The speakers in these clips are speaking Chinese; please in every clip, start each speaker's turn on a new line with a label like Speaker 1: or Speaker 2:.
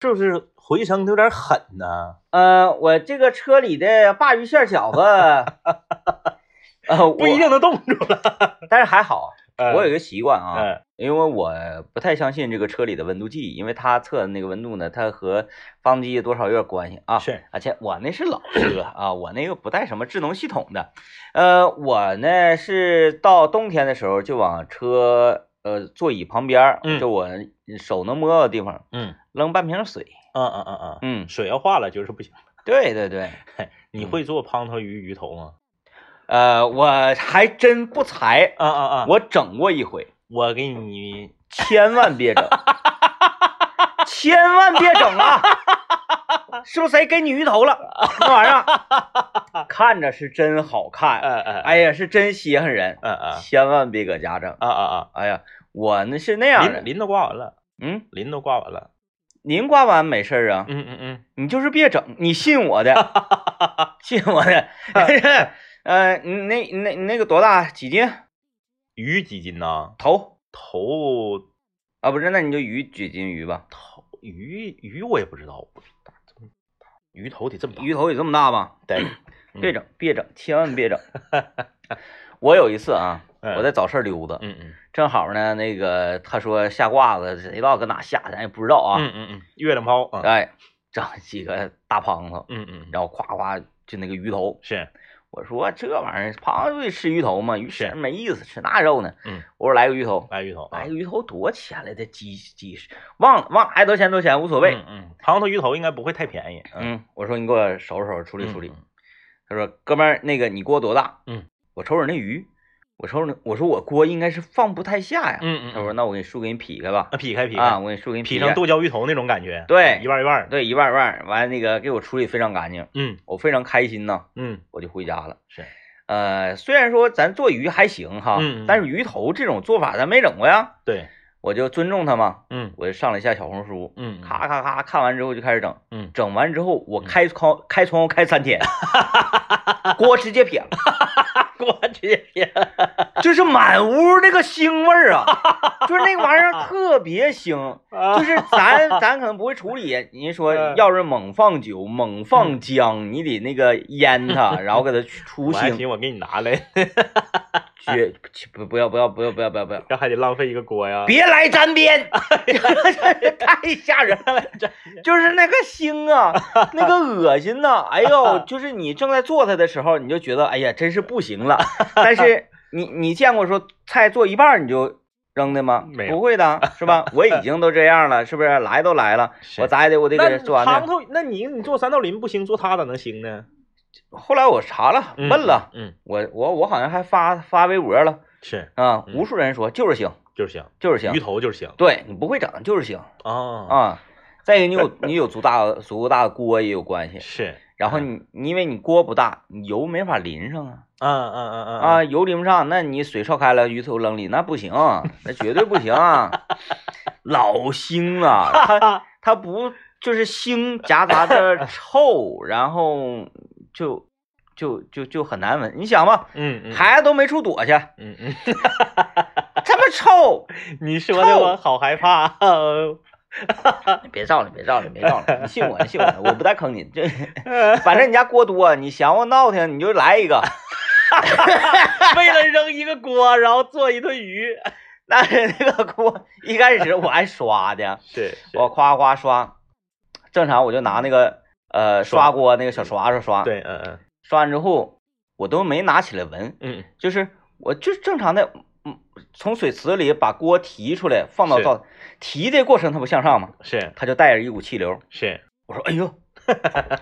Speaker 1: 是不是回声有点狠呢、
Speaker 2: 呃，我这个车里的鲅鱼馅 饺子，呃，我
Speaker 1: 不一，定能冻住了。
Speaker 2: 但是还好，
Speaker 1: 嗯
Speaker 2: 我有一个习惯啊，
Speaker 1: 嗯
Speaker 2: 因为我不太相信这个车里的温度计，因为它测的那个温度呢，它和发动机多少有点关系啊。
Speaker 1: 是，
Speaker 2: 而且我那是 老车啊，我那个不带什么智能系统的，呃，我呢是到冬天的时候就往车呃座椅旁边儿，
Speaker 1: 嗯
Speaker 2: 就我手能摸到的地方
Speaker 1: 嗯
Speaker 2: 扔半瓶水。
Speaker 1: 嗯嗯嗯嗯，
Speaker 2: 嗯，
Speaker 1: 水要化了就是不行。
Speaker 2: 对对对，
Speaker 1: 你
Speaker 2: 嗯
Speaker 1: 会做胖头鱼鱼头吗？
Speaker 2: 呃，我还真不才，
Speaker 1: 啊啊啊！我
Speaker 2: 我整过一回，
Speaker 1: 我给你，
Speaker 2: 千万别整，千万别整啊！是不是谁给你鱼头了？那玩意儿看着是真好
Speaker 1: 哎
Speaker 2: 看，
Speaker 1: 哎
Speaker 2: 哎呀，是真稀罕人，
Speaker 1: 嗯嗯
Speaker 2: 千万别搁家整。
Speaker 1: 啊啊
Speaker 2: 哎呀，我呢是那
Speaker 1: 啊！
Speaker 2: 样的
Speaker 1: 鳞，鳞都刮完了，
Speaker 2: 嗯，
Speaker 1: 鳞都刮完了。
Speaker 2: 您刮完没事儿啊，
Speaker 1: 嗯嗯嗯，
Speaker 2: 你就是别整，你信我 的，信我的。 呃，那那那个多大几斤
Speaker 1: 鱼几斤呢？
Speaker 2: 头
Speaker 1: 头
Speaker 2: 啊？不是，那你就鱼几斤鱼吧？
Speaker 1: 头鱼鱼我也不知道，我大这么大鱼头得这么大，
Speaker 2: 鱼头有这么大吧？
Speaker 1: 得嗯
Speaker 2: 别整，别整，千万别整。 我有一次啊，
Speaker 1: 嗯
Speaker 2: 我在早市溜达，
Speaker 1: 嗯嗯
Speaker 2: 正好呢，那个他说下褂子，谁知道搁哪下，咱也不知道啊。
Speaker 1: 嗯嗯嗯，月亮泡啊，
Speaker 2: 哎，整几个大胖子，
Speaker 1: 嗯嗯，
Speaker 2: 然后夸夸就那个鱼头，
Speaker 1: 是
Speaker 2: 我说这玩意儿胖子不得吃鱼头吗？鱼
Speaker 1: 是
Speaker 2: 身没意思，吃那肉呢。
Speaker 1: 嗯，
Speaker 2: 我说来个鱼头，
Speaker 1: 白鱼头啊，
Speaker 2: 来个鱼头多少钱来的？几几十？忘了忘了，哎，多少钱多少钱无所谓。
Speaker 1: 嗯嗯，胖头鱼头应该不会太便宜，嗯，
Speaker 2: 嗯，我说你给我收拾收拾，处理处理。
Speaker 1: 嗯嗯
Speaker 2: 他说哥们儿，那个你锅多大？
Speaker 1: 嗯，
Speaker 2: 我瞅瞅那鱼，我瞅瞅那，我说我锅应该是放不太下呀。
Speaker 1: 嗯嗯
Speaker 2: 他说那我给你竖给你劈开吧。
Speaker 1: 那劈开劈
Speaker 2: 啊，
Speaker 1: 开，
Speaker 2: 我给你竖给你
Speaker 1: 劈
Speaker 2: 开
Speaker 1: 成。剁椒鱼头那种感觉，
Speaker 2: 对
Speaker 1: 一半一半的，
Speaker 2: 对，一半儿一半儿，完那个给我处理非常干净，
Speaker 1: 嗯
Speaker 2: 我非常开心呐，
Speaker 1: 嗯
Speaker 2: 我就回家了。
Speaker 1: 是，
Speaker 2: 呃，虽然说咱做鱼还行哈，
Speaker 1: 嗯嗯
Speaker 2: 但是鱼头这种做法咱没整过呀，
Speaker 1: 对，
Speaker 2: 我就尊重他嘛，
Speaker 1: 嗯
Speaker 2: 我就上了一下小红书，
Speaker 1: 嗯，嗯
Speaker 2: 咔咔咔看完之后就开始整，
Speaker 1: 嗯
Speaker 2: 整完之后我开窗、开窗户开三天， 锅直接撇，
Speaker 1: 我直接撇，
Speaker 2: 就是满屋那个腥味儿啊，就是那玩意儿特别腥。就
Speaker 1: 就是
Speaker 2: 咱咱可能不会处理，您说
Speaker 1: 嗯
Speaker 2: 要是猛放酒、猛放姜，你得那个腌它，然后给它去除
Speaker 1: 我还
Speaker 2: 腥，
Speaker 1: 寻我给你拿来，
Speaker 2: 绝不不要不要不要不要不要不要，
Speaker 1: 这还得浪费一个锅呀，
Speaker 2: 别来沾 边，太吓人了， 就是那个 腥啊，那个恶心呐、哎呦，就是你正在做它的时候，你就觉得哎呀，真是不行 了。但是你你见过说菜做一半儿你就扔的吗
Speaker 1: 没？有
Speaker 2: 不会的，是 吧？我已经都这样了，是不是？来都来了，
Speaker 1: 是
Speaker 2: 我咋也得我得给它
Speaker 1: 那
Speaker 2: 做完
Speaker 1: 胖
Speaker 2: 呢。
Speaker 1: 头，那你你做三道鳞不行，做它咋能行呢？
Speaker 2: 后来我查了，问了，，
Speaker 1: 嗯，
Speaker 2: 我我我好像还发发微博了
Speaker 1: 是
Speaker 2: 啊，
Speaker 1: 嗯
Speaker 2: 无数人说就是行，
Speaker 1: 就是行，
Speaker 2: 就是行
Speaker 1: 鱼，头就是行
Speaker 2: 对你不会整就是行
Speaker 1: 啊
Speaker 2: 啊。再一个，你 有你有足大足够大的锅也有关系。
Speaker 1: 是，
Speaker 2: 然后你你因为你锅不大，你油没法淋上啊
Speaker 1: 嗯嗯嗯嗯
Speaker 2: 啊，油淋不上，那你水烧开了，鱼头扔里那不行，那绝对不行 啊，老腥了，它它不就是腥夹杂着臭，然后就就就就很难闻。你想吧，
Speaker 1: 嗯嗯，
Speaker 2: 孩子都没处躲去，
Speaker 1: 嗯嗯，
Speaker 2: 这么臭！
Speaker 1: 你说的我好害怕，
Speaker 2: 你别照了，别照了，别照了，你信我，你信我，我不带坑你。这反正你家锅多，你嫌我闹腾，你就来 一个。
Speaker 1: 为了扔一个锅，然后做一顿鱼，
Speaker 2: 但是那个锅一开始我还刷的，
Speaker 1: 是
Speaker 2: 我夸夸刷，正常我就拿那个呃
Speaker 1: 刷
Speaker 2: 刷锅那个小刷刷刷，
Speaker 1: 对，嗯嗯
Speaker 2: 刷完之后我都没拿起来闻，
Speaker 1: 嗯，
Speaker 2: 就是我就正常的，嗯，从水池里把锅提出来放到
Speaker 1: 是
Speaker 2: 灶，提的过程它不向上嘛，
Speaker 1: 是
Speaker 2: 它就带着一股气流，
Speaker 1: 是，
Speaker 2: 我说 哎呦，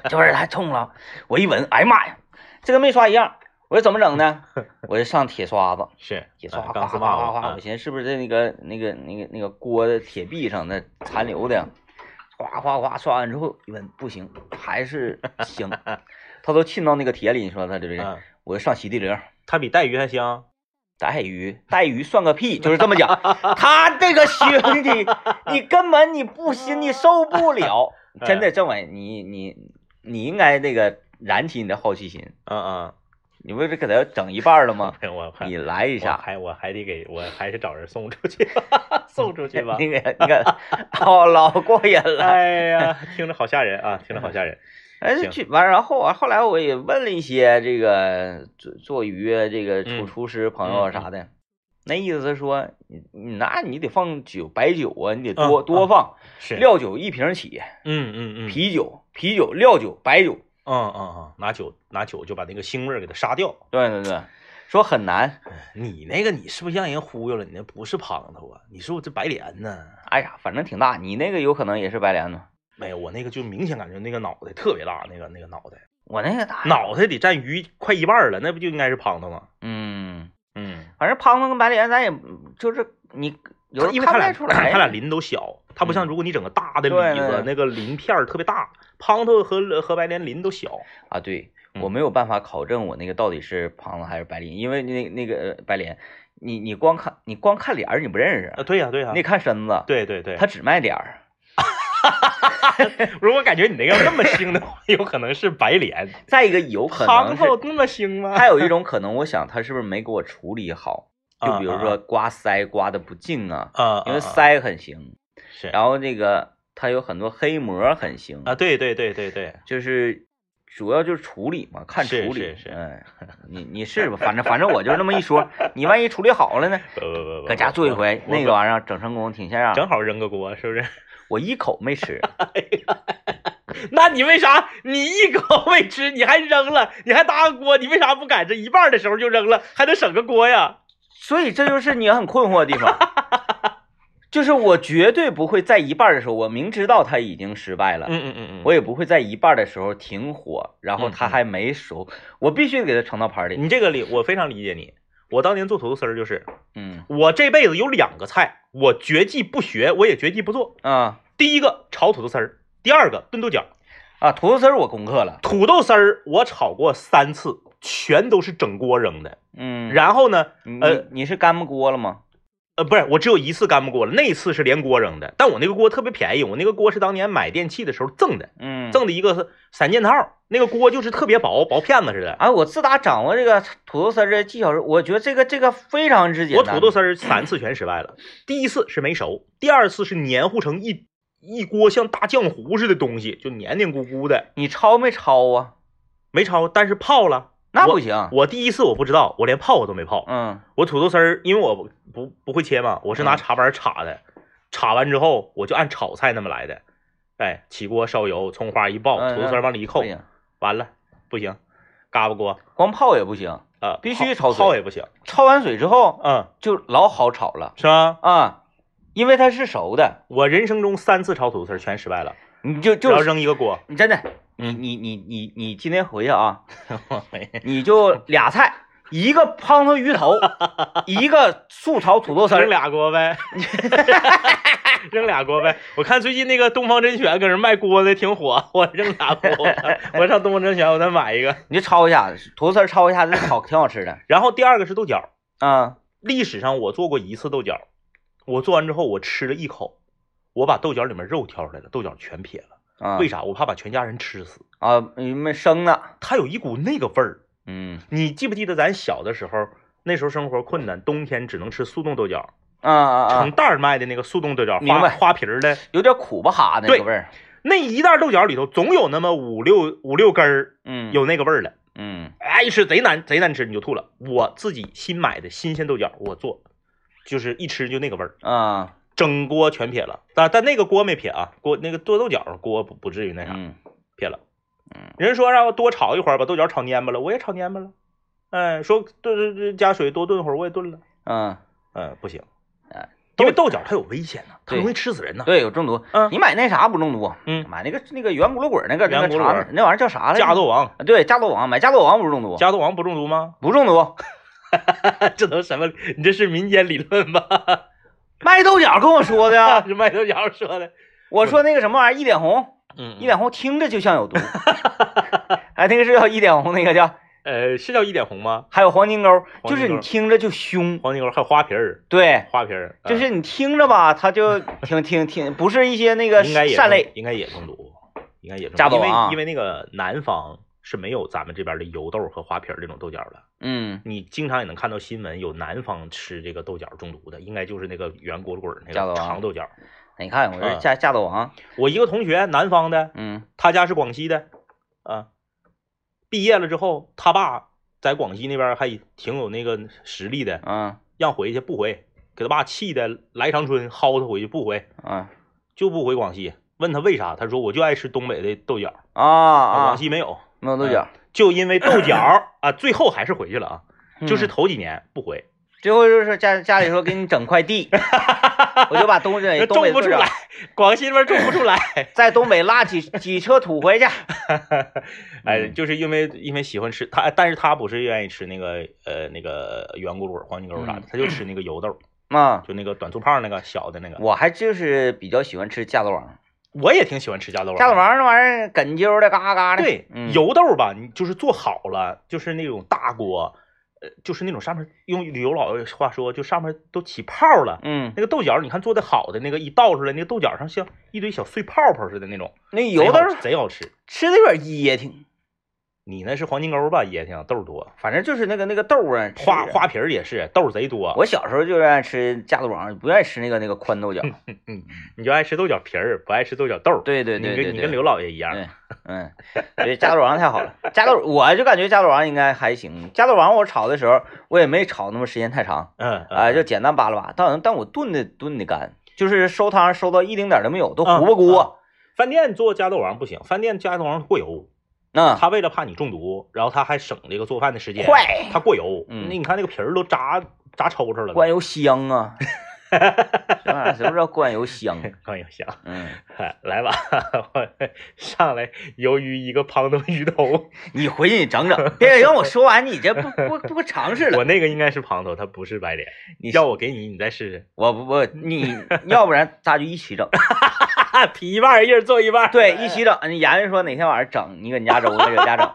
Speaker 2: 这玩意儿太冲了，我一闻，哎呀妈呀，这跟没刷一样。我说怎么整呢？我就上铁刷子，
Speaker 1: 是嗯
Speaker 2: 铁刷哗
Speaker 1: 啊钢
Speaker 2: 哗
Speaker 1: 丝
Speaker 2: 哗
Speaker 1: 袜
Speaker 2: 哗哗，我寻思是不是在那个那个那个那个锅的铁壁上那残留的呀，哗哗哗刷完之后一闻不行，还是 腥，他都浸到那个铁里，你说他这人，
Speaker 1: 嗯，
Speaker 2: 我就上洗地灵。
Speaker 1: 它比带鱼还香，
Speaker 2: 带鱼，带鱼算 个屁，就是这么讲。他这个腥你你根本你不腥，你受不 了。真的，政委，你你你应该那个燃起你的好奇心。
Speaker 1: 嗯嗯，
Speaker 2: 你不是给他整一半 了吗？
Speaker 1: 我还
Speaker 2: 你来一
Speaker 1: 我
Speaker 2: 下，
Speaker 1: 还我还得给我还是找人送出 去吧，送出去吧。
Speaker 2: 你给你给，哦，老过瘾了。
Speaker 1: 哎呀，听着好吓人啊，听着好吓人。
Speaker 2: 哎，
Speaker 1: 行
Speaker 2: 去完，然后啊，后来我也问了一些这个做做鱼啊这个厨
Speaker 1: 嗯
Speaker 2: 厨师朋友啊啥的，那意思是说，你你那你得放酒白酒啊，你得多、
Speaker 1: 嗯
Speaker 2: 多放、
Speaker 1: 是，
Speaker 2: 料酒一瓶起，
Speaker 1: 嗯嗯嗯，
Speaker 2: 啤酒、啤酒、料酒、白酒，
Speaker 1: 嗯嗯嗯，拿酒拿酒就把那个腥味儿给它杀掉。
Speaker 2: 对对对，说很难，
Speaker 1: 你那个你是不是让人忽悠了？你那不是滂沱啊，你是我这白莲呢？
Speaker 2: 哎呀，反正挺大，你那个有可能也是白莲子，
Speaker 1: 没有，我那个就明显感觉那个脑袋特别大，那个那个脑袋
Speaker 2: 我那个大，
Speaker 1: 脑袋得占鱼快一半儿了，那不就应该是滂沱吗？
Speaker 2: 嗯，
Speaker 1: 嗯，
Speaker 2: 反正胖子跟白莲咱也就是你有
Speaker 1: 因
Speaker 2: 时
Speaker 1: 为
Speaker 2: 候
Speaker 1: 他
Speaker 2: 看不
Speaker 1: 俩
Speaker 2: 太出来，嗯
Speaker 1: 他俩鳞都小，它不像如果你整个大的
Speaker 2: 对
Speaker 1: 鲤
Speaker 2: 对
Speaker 1: 子，那个鳞片儿特别大，滂沱和和白莲鳞都小。
Speaker 2: 啊，对
Speaker 1: 嗯
Speaker 2: 我没有办法考证我那个到底是胖子还是白莲，因为那那个呃白莲，你你光看你光看脸儿你不认识
Speaker 1: 啊，，对呀、对呀、
Speaker 2: 你得看身子，
Speaker 1: 对对对，
Speaker 2: 他只卖脸儿，
Speaker 1: 如果感觉你那个那么腥的话，有可能是白莲。
Speaker 2: 再一个有可能
Speaker 1: 滂
Speaker 2: 是，
Speaker 1: 沱那么腥吗？
Speaker 2: 还有一种可能，我想他是不是没给我处理 好，就
Speaker 1: 啊
Speaker 2: 比如
Speaker 1: 啊
Speaker 2: 说刮腮刮的不净啊，
Speaker 1: 啊，
Speaker 2: 因为
Speaker 1: 啊啊
Speaker 2: 腮很行，
Speaker 1: 是
Speaker 2: 然后那个他有很多黑膜很行
Speaker 1: 啊，，对对对对对，
Speaker 2: 就是主要就是处理嘛，看处
Speaker 1: 是
Speaker 2: 理。
Speaker 1: 是是
Speaker 2: 哎， 你你是吧？反正反正我就那么一说，你万一处理好了呢？
Speaker 1: 不不不不，
Speaker 2: 搁家做一
Speaker 1: 我
Speaker 2: 回
Speaker 1: 我
Speaker 2: 那个玩意儿，整成功挺像样。
Speaker 1: 正好扔个锅，是不是？
Speaker 2: 我一口没吃，
Speaker 1: 那你为啥你一 口没吃，你还扔了，你还搭个锅，你为啥不赶着一半的时候就扔了，还能省个锅呀？
Speaker 2: 所以这就是你很困惑的地方。 就是我绝对不会在一半的时候，我明知道它已经失败了，
Speaker 1: 嗯嗯嗯
Speaker 2: 我也不会在一半的时候停火，然后
Speaker 1: 嗯
Speaker 2: 它
Speaker 1: 嗯
Speaker 2: 还没熟，我必须给它盛到盘里。
Speaker 1: 你这个理我非常理解你。我当年做土豆丝儿就是，
Speaker 2: 嗯
Speaker 1: 我这辈子有两个菜，我绝技不学，我也绝技不做。
Speaker 2: 啊
Speaker 1: 第一个炒土豆丝儿，第二个炖豆角。
Speaker 2: 啊，土豆丝儿我攻克了，
Speaker 1: 土豆丝儿我炒过三次，全都是整锅扔的。
Speaker 2: 嗯，
Speaker 1: 然后呢，
Speaker 2: 你
Speaker 1: 呃
Speaker 2: 你是干木锅了吗？
Speaker 1: 呃，不是，我只有一次干木锅了，那一次是连锅扔的，但我那个锅特别便宜，我那个锅是当年买电器的时候赠的，
Speaker 2: 嗯，
Speaker 1: 赠的一个散件套，那个锅就是特别薄，薄片子似的。
Speaker 2: 啊，我自打掌握这个土豆丝儿的技巧时，我觉得这个这个非常之简
Speaker 1: 我
Speaker 2: 单。
Speaker 1: 土豆丝儿三次全失败了，第一次是没熟，第二次是黏糊成一一锅像大浆糊似的东西，就黏黏咕咕的，
Speaker 2: 你焯没焯啊？
Speaker 1: 没焯，但是泡了。
Speaker 2: 那
Speaker 1: 我
Speaker 2: 不行。
Speaker 1: 我第一次我不知道，我连泡我都没泡。
Speaker 2: 嗯
Speaker 1: 我土豆丝儿，因为我不不不会切嘛，我是拿
Speaker 2: 嗯
Speaker 1: 茶板儿插的，插完之后我就按炒菜那么来的，哎，起锅烧油，葱花一爆，
Speaker 2: 嗯
Speaker 1: 土豆丝儿往里一扣
Speaker 2: 不，行，
Speaker 1: 完了不行，嘎巴锅，
Speaker 2: 光泡也不行，
Speaker 1: 呃，
Speaker 2: 必须
Speaker 1: 泡
Speaker 2: 焯水
Speaker 1: 泡也不行，
Speaker 2: 焯完水之后
Speaker 1: 嗯，
Speaker 2: 就老好炒了
Speaker 1: 是吧？
Speaker 2: 啊，因为它是熟的，
Speaker 1: 我人生中三次炒土豆丝儿全失败了，
Speaker 2: 你就
Speaker 1: 只要
Speaker 2: 就是
Speaker 1: 扔一个 锅，
Speaker 2: 你真的，你
Speaker 1: 嗯
Speaker 2: 你你你你今天回去啊，你就俩菜，一个胖头 鱼头，一个素炒土豆丝
Speaker 1: 扔
Speaker 2: 儿。
Speaker 1: 俩锅 呗，扔俩锅呗。我看最近那个东方甄选搁那卖锅的挺火，我扔俩 锅，我上东方甄选我再买一个。
Speaker 2: 你就焯一下土豆丝儿，焯一下子 好，挺好吃的
Speaker 1: 然后第二个是豆角。
Speaker 2: 啊。
Speaker 1: 历史上我做过一次豆角，我做完之后我吃了一口，我把豆角里面肉挑出来了，豆角全撇了。
Speaker 2: 啊
Speaker 1: 为啥？我怕把全家人吃死。
Speaker 2: 啊？你们生的，
Speaker 1: 它有一股那个味儿，
Speaker 2: 嗯
Speaker 1: 你记不记得咱小的时候？那时候生活困难，冬天只能吃速冻豆角，
Speaker 2: 啊啊
Speaker 1: 成
Speaker 2: 啊，
Speaker 1: 袋儿卖的那个速冻豆角，
Speaker 2: 明
Speaker 1: 花
Speaker 2: 白
Speaker 1: 花皮儿的
Speaker 2: 有点苦不哈的那
Speaker 1: 对
Speaker 2: 个味儿。
Speaker 1: 那一袋豆角里头，总有那么五六五六根儿
Speaker 2: 嗯，
Speaker 1: 有那个味儿了。
Speaker 2: 嗯，
Speaker 1: 哎，一吃贼难贼难吃，你就吐了。我自己新买的新鲜豆角，我做，就是一吃就那个味儿。
Speaker 2: 啊，
Speaker 1: 整锅全撇了，但但那个锅没撇啊，锅那个做豆角锅不不至于那啥
Speaker 2: 嗯
Speaker 1: 撇了
Speaker 2: 嗯。
Speaker 1: 人说让我多炒一会儿，把豆角炒蔫巴了，我也炒蔫巴了。哎，说炖炖炖加水多炖会儿，我也炖了。
Speaker 2: 嗯，
Speaker 1: 嗯，不行
Speaker 2: 哎，
Speaker 1: 因为豆角它有危险呐、它
Speaker 2: 对
Speaker 1: 容易吃死人呐、
Speaker 2: 对，有中毒。
Speaker 1: 嗯
Speaker 2: 你买那啥不中毒？啊
Speaker 1: 嗯
Speaker 2: 买那个那个圆咕噜滚儿那个那
Speaker 1: 圆
Speaker 2: 个
Speaker 1: 咕噜
Speaker 2: 啥
Speaker 1: 滚儿
Speaker 2: 那玩意儿叫啥来着？
Speaker 1: 加豆王，
Speaker 2: 啊对，加多王，买加多王不中毒，啊
Speaker 1: 加豆王不中毒吗？
Speaker 2: 不中毒。
Speaker 1: 这都什么？你这是民间理论 吧？
Speaker 2: 卖豆角跟我说的 啊，
Speaker 1: 是卖豆角说的。
Speaker 2: 我说那个什么玩意儿一点红，
Speaker 1: 嗯
Speaker 2: 一点红听着就像有毒。 哎，那个是叫一点红，那个叫
Speaker 1: 呃，是叫一点红吗？
Speaker 2: 还有黄金钩，
Speaker 1: 黄金钩
Speaker 2: 就是你听着就凶。
Speaker 1: 黄金钩还有花皮儿，
Speaker 2: 对，
Speaker 1: 花皮儿、呃
Speaker 2: 就是你听着吧，它就挺挺挺，不是一些那个
Speaker 1: 呃应该也
Speaker 2: 善
Speaker 1: 中
Speaker 2: 类。
Speaker 1: 应该也中毒，应该也中毒
Speaker 2: 加多
Speaker 1: 因为
Speaker 2: 啊
Speaker 1: 因为那个南方是没有咱们这边的油豆和花皮儿这种豆角的。
Speaker 2: 嗯，
Speaker 1: 你经常也能看到新闻，有南方吃这个豆角中毒的，应该就是那个圆滚滚儿那
Speaker 2: 加多
Speaker 1: 个
Speaker 2: 王
Speaker 1: 长豆角。
Speaker 2: 哎你看我这
Speaker 1: 啊
Speaker 2: 嫁嫁到王，
Speaker 1: 我一个同学，南方的，
Speaker 2: 嗯，
Speaker 1: 他家是广西的，啊，毕业了之后，他爸在广西那边还挺有那个实力的，
Speaker 2: 啊
Speaker 1: 让回去不回，给他爸气的来长春薅他回去不回，
Speaker 2: 啊
Speaker 1: 就不回广西。问他为啥，他说我就爱吃东北的豆角，
Speaker 2: 啊啊
Speaker 1: 广，西没有，
Speaker 2: 没有豆角，
Speaker 1: 就因为豆角啊，最后还是回去了啊，就是
Speaker 2: 嗯
Speaker 1: 头几年不回，
Speaker 2: 最后就是家家里说给你整块地，我就把 东北哎东
Speaker 1: 种
Speaker 2: 北
Speaker 1: 不
Speaker 2: 豆
Speaker 1: 出
Speaker 2: 角
Speaker 1: 来，广西那边种不出 来，
Speaker 2: 在东北拉几几车土回去，
Speaker 1: 哎，
Speaker 2: 嗯
Speaker 1: 就是因为因为喜欢吃他，但是他不是愿意吃那个呃那个圆咕噜、黄金钩啥
Speaker 2: 嗯
Speaker 1: 的，他就吃那个油豆，
Speaker 2: 啊，
Speaker 1: 就那个短粗胖那个小的那个，
Speaker 2: 我还就是比较喜欢吃架子王，
Speaker 1: 我也挺喜欢吃加豆
Speaker 2: 架子
Speaker 1: 王。
Speaker 2: 王那玩意儿哏啾的，嘎嘎的，
Speaker 1: 对，
Speaker 2: 嗯
Speaker 1: 油豆吧，你就是做好了，就是那种大锅，呃，就是那种上面用刘老爷话说，就上面都起泡了。
Speaker 2: 嗯，
Speaker 1: 那个豆角，你看做的好的那个一倒出来，那个豆角上像一堆小碎泡泡似的那种，
Speaker 2: 那油
Speaker 1: 贼
Speaker 2: 豆
Speaker 1: 好吃贼好吃。
Speaker 2: 吃的有点噎挺，
Speaker 1: 你那是黄金钩吧，也挺豆儿多，
Speaker 2: 反正就是那个那个豆儿啊，吃
Speaker 1: 花
Speaker 2: 着。
Speaker 1: 花皮儿也是豆儿贼多。
Speaker 2: 我小时候就愿意吃架子王，不愿意吃那个那个宽豆角。
Speaker 1: 嗯你就爱吃豆角皮儿，不爱吃豆角豆儿。
Speaker 2: 对对对
Speaker 1: 你
Speaker 2: 对
Speaker 1: 跟你跟
Speaker 2: 对，
Speaker 1: 刘老爷一样
Speaker 2: 对，嗯，觉得加豆王太好了。加豆，我就感觉加豆王应该还行。加豆王我炒的时候，我也没炒那么时间太长，
Speaker 1: 嗯，
Speaker 2: 啊、
Speaker 1: 嗯
Speaker 2: 就简单扒拉扒。但但我炖的炖的干，就是收汤收到一丁点儿都没有，都糊巴
Speaker 1: 嗯
Speaker 2: 锅。
Speaker 1: 饭店做加豆王不行，饭店加豆王过油，
Speaker 2: 嗯，
Speaker 1: 他为了怕你中毒，然后他还省这个做饭的时间，
Speaker 2: 快
Speaker 1: 他过油，
Speaker 2: 嗯
Speaker 1: 那你看那个皮儿都炸炸抽抽了，
Speaker 2: 灌油香 啊，这玩意儿什么叫灌油香？
Speaker 1: 哎呀行，
Speaker 2: 嗯，
Speaker 1: 哎 来吧， 我上来鱿鱼一个胖头鱼头，
Speaker 2: 你回去你整 整，别让我说完，你这不不不不尝试了
Speaker 1: 我。那个应该是胖头，它不是白脸，
Speaker 2: 你
Speaker 1: 要我给你，你再试 试，
Speaker 2: 我不不，你要不然咱就一 起整。
Speaker 1: 啊，劈一半儿，一人做一半儿，
Speaker 2: 对，一起整。你研究说哪天晚上整，你搁你家整，我搁我家 整。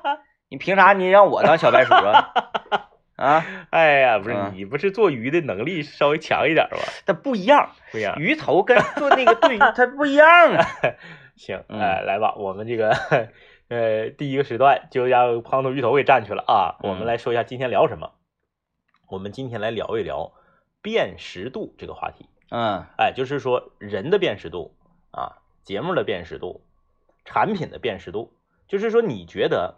Speaker 2: 你凭啥你让我当小白鼠 啊？啊，
Speaker 1: 哎呀，不是
Speaker 2: 嗯
Speaker 1: 你不是做鱼的能力稍微强一点儿吧？
Speaker 2: 它不一样，
Speaker 1: 不一样，
Speaker 2: 鱼头跟做那个炖鱼它不一样啊。
Speaker 1: 行，
Speaker 2: 嗯
Speaker 1: 哎，来吧，我们这个呃第一个时段就让胖头鱼头给占去了啊。
Speaker 2: 嗯
Speaker 1: 我们来说一下今天聊什么。我们今天来聊一聊辨识度这个话题。
Speaker 2: 嗯
Speaker 1: 哎，就是说人的辨识度啊，节目的辨识度，产品的辨识度，就是说你觉得，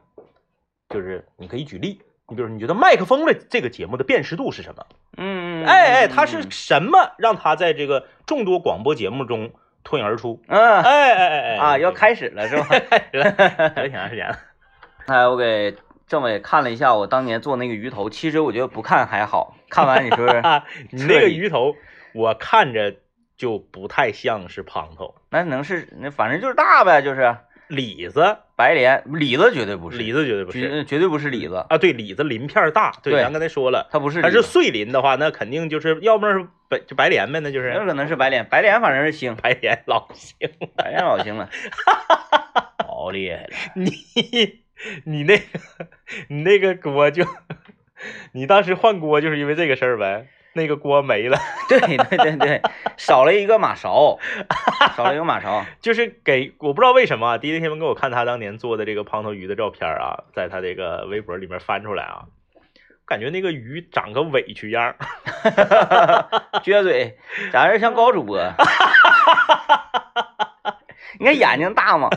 Speaker 1: 就是你可以举例，你比如说你觉得麦克风的这个节目的辨识度是什么？
Speaker 2: 嗯，
Speaker 1: 哎哎，它是什么让它在这个众多广播节目中脱颖而 出？
Speaker 2: 嗯
Speaker 1: 哎哎哎哎
Speaker 2: 啊，要
Speaker 1: 这个
Speaker 2: 开始 了是吧？
Speaker 1: 隔挺长时间了。
Speaker 2: 哎，我给政委看了一下我当年做那个鱼头，其实我觉得不看还好，看完你是不是？
Speaker 1: 你那个鱼头，我看着就不太像是胖头，
Speaker 2: 那能是那反正就是大呗，就是
Speaker 1: 李子，
Speaker 2: 白莲李子绝对不是，
Speaker 1: 李子绝对不是
Speaker 2: 绝绝对不是李子，
Speaker 1: 啊。对，李子鳞片儿大，对，
Speaker 2: 对
Speaker 1: 咱刚才说了，
Speaker 2: 它不是
Speaker 1: 它
Speaker 2: 李
Speaker 1: 是
Speaker 2: 子，
Speaker 1: 碎鳞的话，那肯定就是要么是白就白莲呗，那就
Speaker 2: 有
Speaker 1: 是
Speaker 2: 可能是白莲，白莲反正是星，
Speaker 1: 白莲老星。
Speaker 2: 白莲 老星了，老厉害了。
Speaker 1: 你你那个你那个锅就， 你当时换锅就是因为这个事儿呗。那个锅没了，
Speaker 2: 对对对对，少了一个马勺，少了一个马勺。
Speaker 1: 就是给我不知道为什么啊。第一天给我看他当年做的这个胖头鱼的照片啊，在他这个微博里面翻出来啊，感觉那个鱼长个委屈样儿，
Speaker 2: 撅嘴，长得像高主播。你看眼睛大吗？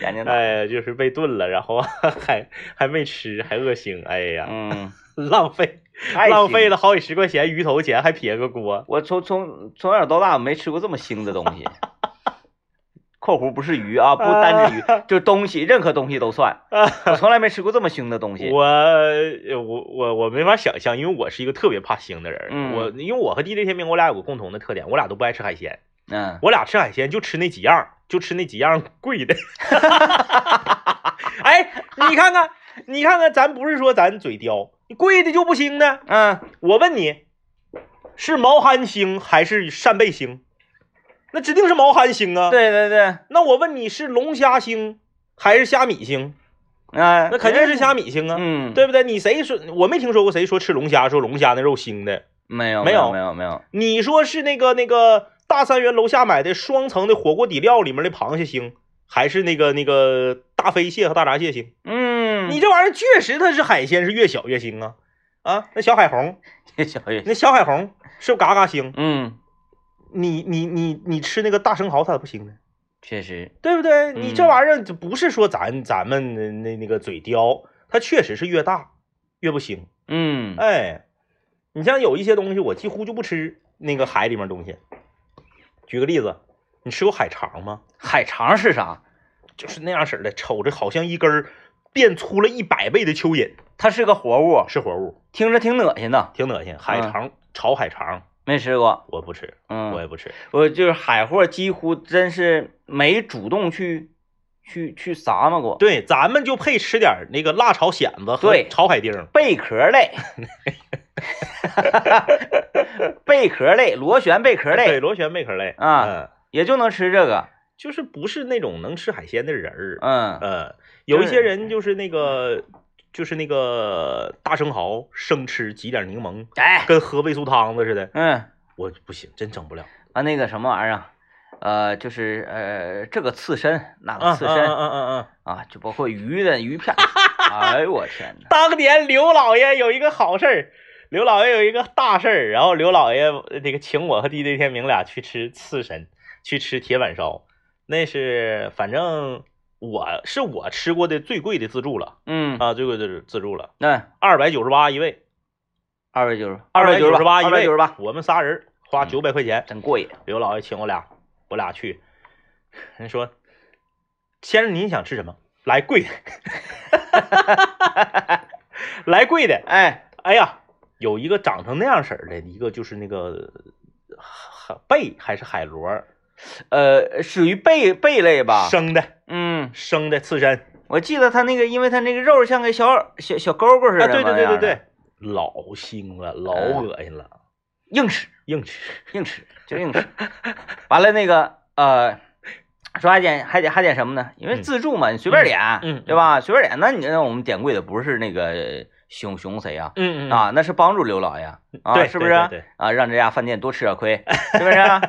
Speaker 2: 眼睛大。
Speaker 1: 哎，就是被炖了，然后啊 还还没吃，还饿腥，哎呀，
Speaker 2: 嗯，
Speaker 1: 浪费
Speaker 2: 太
Speaker 1: 浪费
Speaker 2: 腥
Speaker 1: 了。好几十块钱鱼头钱，还撇个锅。
Speaker 2: 我从从从小到大没吃过这么腥的东西。括弧不是鱼啊，不单指鱼，就是东西，任何东西都算。我从来没吃过这么腥的东西。
Speaker 1: 啊我我我我没法想象，因为我是一个特别怕腥的人。
Speaker 2: 嗯
Speaker 1: 我因为我和地雷天明，我俩有个共同的特点，我俩都不爱吃海鲜。
Speaker 2: 嗯，
Speaker 1: 我俩吃海鲜就吃那几样儿，就吃那几样儿贵的。 哎，你看看，你看看，咱不是说咱嘴刁，贵的就不腥呢。
Speaker 2: 嗯，
Speaker 1: 我问你，是毛蚶星还是扇贝星？那指定是毛蚶星啊。。
Speaker 2: 对对对，啊、
Speaker 1: 那我问你是龙虾星还是虾米星？那肯定是虾米星啊，
Speaker 2: 嗯，，
Speaker 1: 对不对？你谁说？我没听说过谁说吃龙虾说龙虾那肉腥的。
Speaker 2: 没有
Speaker 1: 没有
Speaker 2: 没有没有，
Speaker 1: 你说是那个那个大三元楼下买的双层的火锅底料里面的螃蟹腥，还是那个那个大飞蟹和大闸蟹腥？
Speaker 2: 嗯，嗯
Speaker 1: 你这玩意儿确实它是海鲜，是越小越腥啊啊！那小海虹，
Speaker 2: 小月，
Speaker 1: 那小海虹是不是嘎嘎腥？
Speaker 2: 嗯，
Speaker 1: 你你你你吃那个大生蚝，它咋不腥呢？
Speaker 2: 确实，
Speaker 1: 对不对？你这
Speaker 2: 嗯
Speaker 1: 玩意儿就不是说咱咱们那那那个嘴刁，它确实是越大越不腥。
Speaker 2: 嗯，
Speaker 1: 哎，你像有一些东西，我几乎就不吃那个海里面东西。举个例子，你吃过海肠吗？
Speaker 2: 海肠是啥？
Speaker 1: 就是那样式儿的，瞅着好像一根儿变粗了一百倍的蚯蚓，
Speaker 2: 它是个活物，
Speaker 1: 是活物，
Speaker 2: 听着挺恶心的，
Speaker 1: 挺恶心。海
Speaker 2: 嗯
Speaker 1: 肠、炒海肠
Speaker 2: 没吃过。
Speaker 1: 我不吃，
Speaker 2: 嗯，
Speaker 1: 我也不吃。
Speaker 2: 我就是海货，几乎真是没主动去去去撒么过。
Speaker 1: 对，咱们就配吃点儿那个辣炒蚬子和
Speaker 2: 对
Speaker 1: 炒海丁儿。
Speaker 2: 贝壳 类，贝壳类，螺旋贝壳
Speaker 1: 对，
Speaker 2: 类，
Speaker 1: 螺旋贝壳类
Speaker 2: 啊
Speaker 1: 嗯
Speaker 2: 也就能吃这个。
Speaker 1: 就是不是那种能吃海鲜的人儿。
Speaker 2: 嗯
Speaker 1: 呃，有一
Speaker 2: 对
Speaker 1: 些人就是那个，就是那个大生蚝生吃，挤点柠檬，
Speaker 2: 哎，
Speaker 1: 跟喝味素汤子似的，
Speaker 2: 嗯
Speaker 1: 我不行，真整不了。
Speaker 2: 啊，那个什么玩意儿啊，呃，就是呃，这个刺身，那
Speaker 1: 啊
Speaker 2: 个刺身
Speaker 1: 嗯嗯嗯。
Speaker 2: 啊，就包括鱼的 鱼片儿。哎呦我天哪！
Speaker 1: 当年刘老爷有一个好事儿，刘老爷有一个大事儿，然后刘老爷呃那个请我和 DJ 天明俩去吃刺身，去吃铁板烧，那是反正我是我吃过的最贵的自助了
Speaker 2: 嗯，
Speaker 1: 啊，最贵的自助了，
Speaker 2: 那
Speaker 1: 二百九十八一位。
Speaker 2: 二百九十，
Speaker 1: 二
Speaker 2: 百九
Speaker 1: 十八，
Speaker 2: 二百九十八，，嗯
Speaker 1: 我们仨人花九百块钱，
Speaker 2: 真过瘾。
Speaker 1: 刘老爷请我俩，我俩去，人说，先生您想吃什么？来贵的， 来贵的。
Speaker 2: 哎，
Speaker 1: 哎呀，有一个长成那样式儿的，一个就是那个海贝还是海螺儿
Speaker 2: 呃，属于贝贝类吧？
Speaker 1: 生的，
Speaker 2: 嗯，
Speaker 1: 生的刺身。
Speaker 2: 我记得它那个，因为它那个肉像个小耳小小勾勾似
Speaker 1: 啊，
Speaker 2: 的，
Speaker 1: 对对
Speaker 2: 那
Speaker 1: 对
Speaker 2: 样
Speaker 1: 对
Speaker 2: 的，
Speaker 1: 对，老腥了，老
Speaker 2: 嗯
Speaker 1: 恶心了，
Speaker 2: 硬吃
Speaker 1: 硬吃。
Speaker 2: 硬吃就硬吃。完了那个呃，说还点还点还点什么呢？因为
Speaker 1: 嗯
Speaker 2: 自助嘛，你随便点，
Speaker 1: 嗯嗯
Speaker 2: 对吧？随便点，那你那我们点贵的不是那个熊熊谁呀、
Speaker 1: 嗯嗯，
Speaker 2: 啊，那是帮助刘老爷啊，
Speaker 1: 对，
Speaker 2: 是不是
Speaker 1: 对
Speaker 2: 啊？
Speaker 1: 对对
Speaker 2: 啊，让这家饭店多吃点亏，是不 是啊？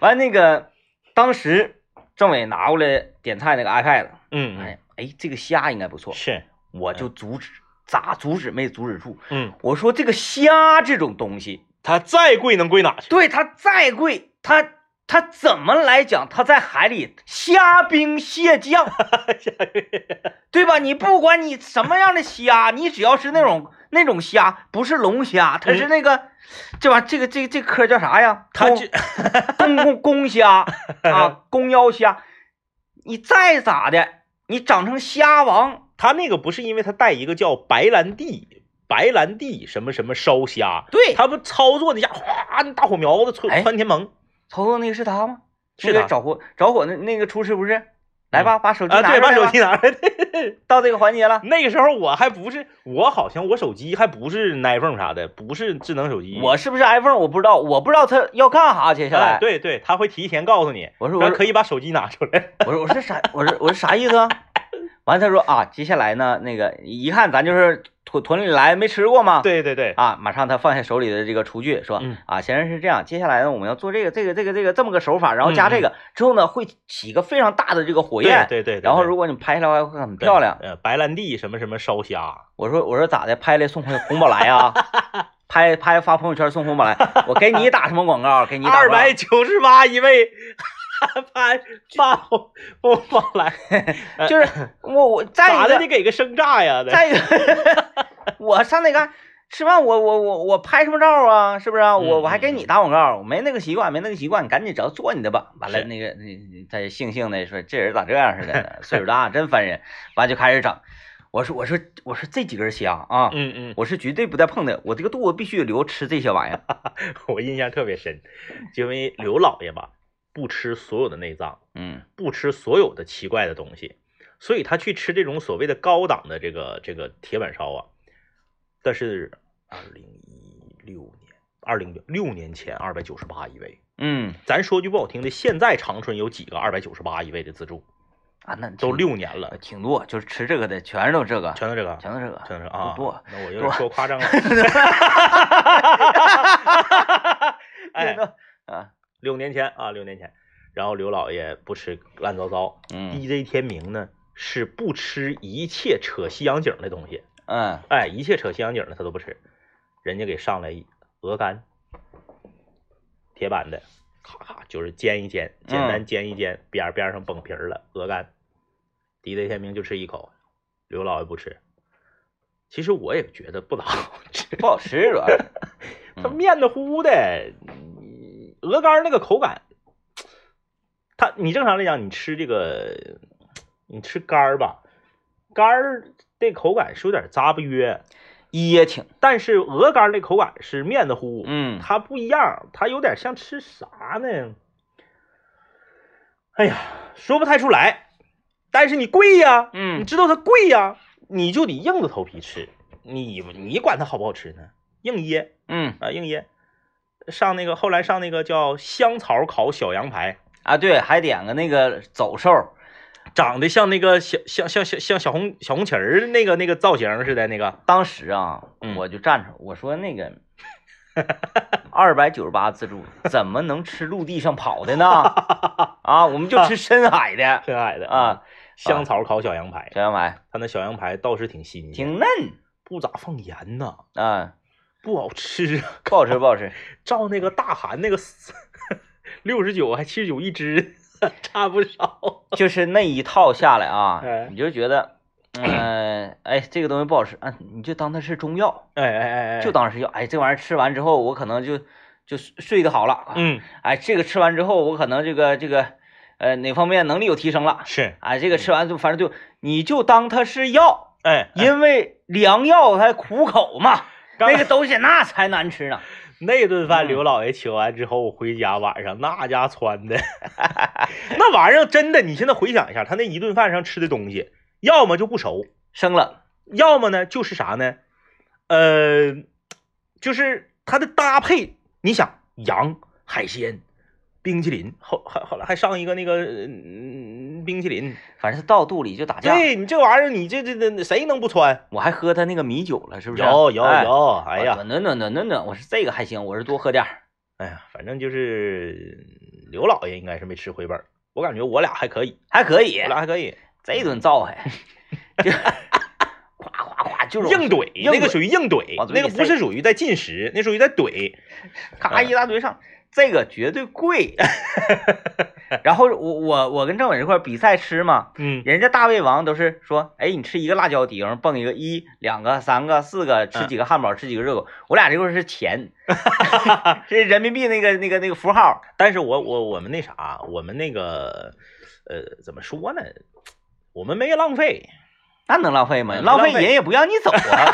Speaker 2: 完那个当时政委拿过来点菜那个 iPad，
Speaker 1: 嗯嗯
Speaker 2: 哎哎，这个虾应该不错，
Speaker 1: 是，
Speaker 2: 我就阻止，咋阻止没阻止住？
Speaker 1: 嗯，
Speaker 2: 我说这个虾这种东西，
Speaker 1: 它再贵能贵哪去？
Speaker 2: 对它再贵，它它怎么来讲？它在海里虾兵蟹将，对吧？你不管你什么样的虾，你只要是那种
Speaker 1: 嗯
Speaker 2: 那种虾，不是龙虾，它是那个、这玩意儿这个这个这个科叫啥呀？
Speaker 1: 它
Speaker 2: 公
Speaker 1: 这
Speaker 2: 公公 公虾啊，公腰虾，你再咋的，你长成虾王，
Speaker 1: 它那个不是因为它带一个叫白兰地，白兰地什么什么烧虾，
Speaker 2: 对，
Speaker 1: 它不操作那家伙，哗，那大火苗子窜
Speaker 2: 哎
Speaker 1: 窜天盟，
Speaker 2: 头头那个是他吗？
Speaker 1: 是
Speaker 2: 那
Speaker 1: 他
Speaker 2: 个着火着火那那个厨师不是？来吧，把手机
Speaker 1: 啊，
Speaker 2: 拿出来
Speaker 1: 对，
Speaker 2: 吧、
Speaker 1: 把手机拿出来。
Speaker 2: 到这个环节了。
Speaker 1: 那个时候我还不是，我好像我手机还不是 iPhone 啥的，不是智能手机。啊
Speaker 2: 我是不是 iPhone 我不知道，我不知道他要干啥。接下来，
Speaker 1: 哎，对对，他会提前告诉你，
Speaker 2: 我说我
Speaker 1: 咱可
Speaker 2: 说
Speaker 1: 以把手机拿出来。
Speaker 2: 我说我是啥？我说我是啥意思啊？完他说啊，接下来呢，那个一看咱就是屯屯里来没吃过嘛。
Speaker 1: 对对对，
Speaker 2: 啊，马上他放下手里的这个厨具，说、
Speaker 1: 嗯
Speaker 2: 啊，先生是这样，接下来呢，我们要做这个这个这个这个这么个手法，然后加这个、之后呢，会起个非常大的这个火
Speaker 1: 嗯对
Speaker 2: 焰。
Speaker 1: 对对对，
Speaker 2: 然后
Speaker 1: 对
Speaker 2: 如果你拍下来会很漂亮，
Speaker 1: 呃，白兰地什么什么烧虾，
Speaker 2: 我说我说咋的，拍来送回红宝 来啊？拍拍发朋友圈送红宝来，我给你打什么广告？给你打
Speaker 1: 二
Speaker 2: 广告
Speaker 1: 百九十八一位， 发发红红宝来，
Speaker 2: 就是我我再一
Speaker 1: 咋
Speaker 2: 个
Speaker 1: 的得给个生炸呀？得
Speaker 2: 再一个， 我上那嘎吃饭我，我我我拍什么照啊？是不是啊？
Speaker 1: 嗯
Speaker 2: 我我还给
Speaker 1: 嗯
Speaker 2: 你打广告，我没那个习惯，没那个习惯，你赶紧只要做你的吧。完了，
Speaker 1: 是
Speaker 2: 那个那那他悻悻的说：“这人咋这样似的呢？岁数大，真烦人。”完就开始整，我说我说我说这几根虾啊，
Speaker 1: 嗯嗯，
Speaker 2: 我是绝对不带碰的，我这个肚子必须留，吃这些玩意儿。
Speaker 1: 我印象特别深，就因为刘老爷吧，不吃所有的内脏，
Speaker 2: 嗯
Speaker 1: 不吃所有的奇怪的东西，所以他去吃这种所谓的高档的这个这个铁板烧啊。但是二零一六年，二零六年前二百九十八一位，
Speaker 2: 嗯
Speaker 1: 咱说句不好听的，现在长春有几个二百九十八一位的自助？
Speaker 2: 啊，那
Speaker 1: 都
Speaker 2: 挺
Speaker 1: 六年了，
Speaker 2: 挺多，就是吃这个的全是都这个，
Speaker 1: 全都这个，
Speaker 2: 全都这个。
Speaker 1: 全都是啊，
Speaker 2: 多
Speaker 1: 那我有
Speaker 2: 多
Speaker 1: 点说夸 张了。 哎，
Speaker 2: 啊，
Speaker 1: 六年前啊，六年前，然后刘老爷不吃乱糟糟
Speaker 2: 嗯
Speaker 1: ，DJ 天明呢是不吃一切扯西洋景儿的东西，
Speaker 2: 嗯，
Speaker 1: 哎，一切扯西洋景儿的他都不吃，人家给上来一鹅肝，铁板的，咔咔就是煎一煎，简单煎一煎，边儿边儿上崩皮儿了，鹅肝，狄德天明就吃一口，刘老爷不吃。其实我也觉得不咋好吃，
Speaker 2: 不好吃主要是。
Speaker 1: 它
Speaker 2: 嗯
Speaker 1: 面的糊的，嗯鹅肝儿那个口感，它你正常来讲，你吃这个，你吃肝儿吧，肝儿的口感是有点扎不约，
Speaker 2: 噎挺，
Speaker 1: 但是鹅肝儿的口感是面的糊，
Speaker 2: 嗯，
Speaker 1: 它不一样，它有点像吃啥呢？哎呀，说不太出来，但是你贵呀，
Speaker 2: 嗯
Speaker 1: 你知道它贵呀，你就得硬着头皮吃，你你管它好不好吃呢？硬噎。
Speaker 2: 嗯
Speaker 1: 啊，应爷上那个后来上那个叫香草烤小羊排，
Speaker 2: 啊，对，还点个那个走兽，
Speaker 1: 长得像那个小像像像像小红小红旗儿的那个那个造型似的那个，
Speaker 2: 当时啊，
Speaker 1: 嗯
Speaker 2: 我就站出，我说 那个二百九十八自助怎么能吃陆地上跑的呢？啊，我们就 吃深海的
Speaker 1: 可爱的嗯
Speaker 2: 啊，，
Speaker 1: 香草烤小羊排，
Speaker 2: 小杨白
Speaker 1: 它那小羊排倒是挺新鲜，
Speaker 2: 挺嫩
Speaker 1: 不咋放盐呐，
Speaker 2: 啊，
Speaker 1: 不好吃啊，
Speaker 2: 不好吃不好吃。
Speaker 1: 照那个大韩那个六十九还七十九一只， 差不少。
Speaker 2: 就是那一套下来啊
Speaker 1: 哎，
Speaker 2: 你就觉得， 嗯，哎，这个东西不好吃，啊，你就当它是中药，
Speaker 1: 哎哎哎哎，
Speaker 2: 就当是药。哎，这玩意儿吃完之后，我可能就就睡得好了。
Speaker 1: 嗯
Speaker 2: 哎，这个吃完之后，我可能这个这个，呃，哪方面能力有提升了。
Speaker 1: 是
Speaker 2: 哎，这个吃完就反正就你就当它是药，
Speaker 1: 哎，哎
Speaker 2: 因为良药它苦口嘛，
Speaker 1: 刚
Speaker 2: 那个东西那才难吃呢。
Speaker 1: 那顿饭
Speaker 2: 嗯
Speaker 1: 刘老爷请完之后，我回家晚上那家穿的， 那玩意儿真的，你现在回想一下，他那一顿饭上吃的东西，要么就不熟，
Speaker 2: 生冷，
Speaker 1: 要么呢就是啥呢，呃，就是它的搭配，你想羊、海鲜、冰淇淋，后还后来还上一个那个、嗯、冰淇淋，
Speaker 2: 反正它到肚里就打架。
Speaker 1: 对你这玩意儿，你这这这谁能不穿？
Speaker 2: 我还喝它那个米酒了，是不是？
Speaker 1: 有有
Speaker 2: 哎
Speaker 1: 有，哎呀，
Speaker 2: 暖暖暖暖暖暖，我说这个还行，我是多喝点儿。
Speaker 1: 哎呀，反正就是刘老爷应该是没吃回本儿，我感觉我俩还可以。
Speaker 2: 还可以
Speaker 1: 我，俩还可以，
Speaker 2: 这顿造还， 就夸夸夸，就是
Speaker 1: 硬怼，
Speaker 2: 硬
Speaker 1: 那个
Speaker 2: 怼
Speaker 1: 属于硬怼
Speaker 2: 往，嘴
Speaker 1: 那
Speaker 2: 里
Speaker 1: 个不
Speaker 2: 塞
Speaker 1: 是属于在进食，那属于在怼。啊
Speaker 2: 咔一大堆上，这个绝 对贵。然后我我我跟政委这块儿比赛吃嘛，
Speaker 1: 嗯，
Speaker 2: 人家大胃王都是说，哎，你吃一个辣椒底儿蹦一个一两个三个四个，
Speaker 1: 嗯
Speaker 2: 吃几个汉堡，吃几个热狗。我俩这块儿是钱， 是人民币那个那个那个符号。
Speaker 1: 但是我我我们那啥，我们那个呃，怎么说呢？我们没浪 费，
Speaker 2: 那能浪费吗？
Speaker 1: 嗯
Speaker 2: 浪费
Speaker 1: 浪费
Speaker 2: 人也不让你 走啊！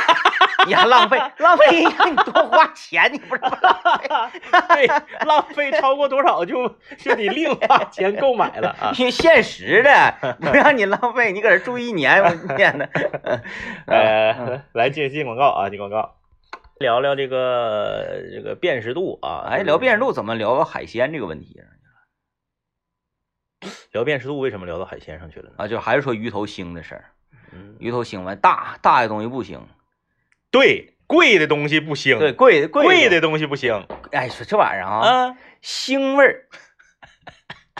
Speaker 2: 你还浪费，浪费人让你多花钱，你不知道吗？
Speaker 1: 对，浪费超过多少就就得另花钱购买了 啊。
Speaker 2: 因为现实 的，不让你浪费，你搁这住一年，我天哎呐。
Speaker 1: 呃， 来接接广告啊，接广告，聊聊这个这个辨识度啊，
Speaker 2: 哎，聊辨识度怎么聊啊海鲜这个问题
Speaker 1: 聊辨识度，为什么聊到海鲜上去了呢？
Speaker 2: 啊？就还是说鱼头腥的事儿，
Speaker 1: 嗯，
Speaker 2: 鱼头腥完大大的东西不行，
Speaker 1: 对，贵的东西不腥，
Speaker 2: 对，贵
Speaker 1: 嗯
Speaker 2: 贵
Speaker 1: 贵的东西不腥
Speaker 2: 哎，说这玩意儿啊，
Speaker 1: 啊。
Speaker 2: 腥味儿，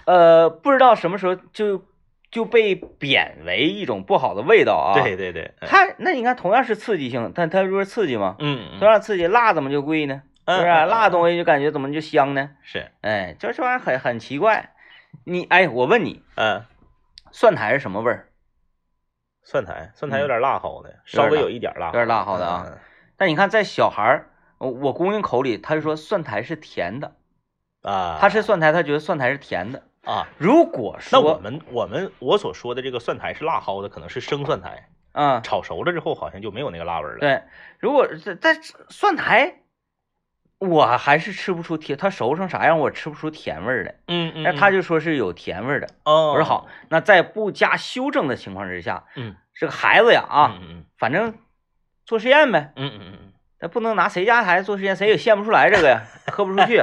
Speaker 2: 呃，不知道什么时候就就被贬为一种不好的味道啊。
Speaker 1: 对，对对，嗯
Speaker 2: 它那你看同样是刺激性，但它说是刺激吗？
Speaker 1: 嗯，
Speaker 2: 同样刺激，辣怎么就贵呢？是不是？啊
Speaker 1: 嗯嗯嗯
Speaker 2: 辣的东西就感觉怎么就香呢？
Speaker 1: 是，
Speaker 2: 哎，就这玩意儿很很奇怪。你哎，我问你，
Speaker 1: 嗯，
Speaker 2: 蒜苔是什么味儿？
Speaker 1: 蒜苔，蒜
Speaker 2: 嗯
Speaker 1: 苔有点辣齁的，稍微有一点辣，
Speaker 2: 有点辣齁的啊。
Speaker 1: 嗯
Speaker 2: 但你看，在小孩儿，我我姑娘口里，她就说蒜苔是甜的，
Speaker 1: 嗯啊，
Speaker 2: 她吃蒜苔，她觉得蒜苔是甜的。
Speaker 1: 啊。
Speaker 2: 如果
Speaker 1: 那我
Speaker 2: 说，
Speaker 1: 们我们我所说的这个蒜苔是辣齁的，可能是生蒜苔，
Speaker 2: 嗯，
Speaker 1: 炒熟了之后好像就没有那个辣味儿了。，
Speaker 2: 对，如果这但蒜苔，我还是吃不出甜，它熟成啥样我吃不出甜味儿来。
Speaker 1: 嗯嗯，
Speaker 2: 那她
Speaker 1: 就
Speaker 2: 哎就说是有甜味儿的，
Speaker 1: 哦，
Speaker 2: 我说好，那在不加修正的情况之下，
Speaker 1: 嗯，
Speaker 2: 这个孩子呀啊，
Speaker 1: 嗯嗯
Speaker 2: 反正做实验呗，
Speaker 1: 嗯嗯嗯
Speaker 2: 那不能拿谁家孩子做实验，谁也验不出来这个呀，喝不出 去。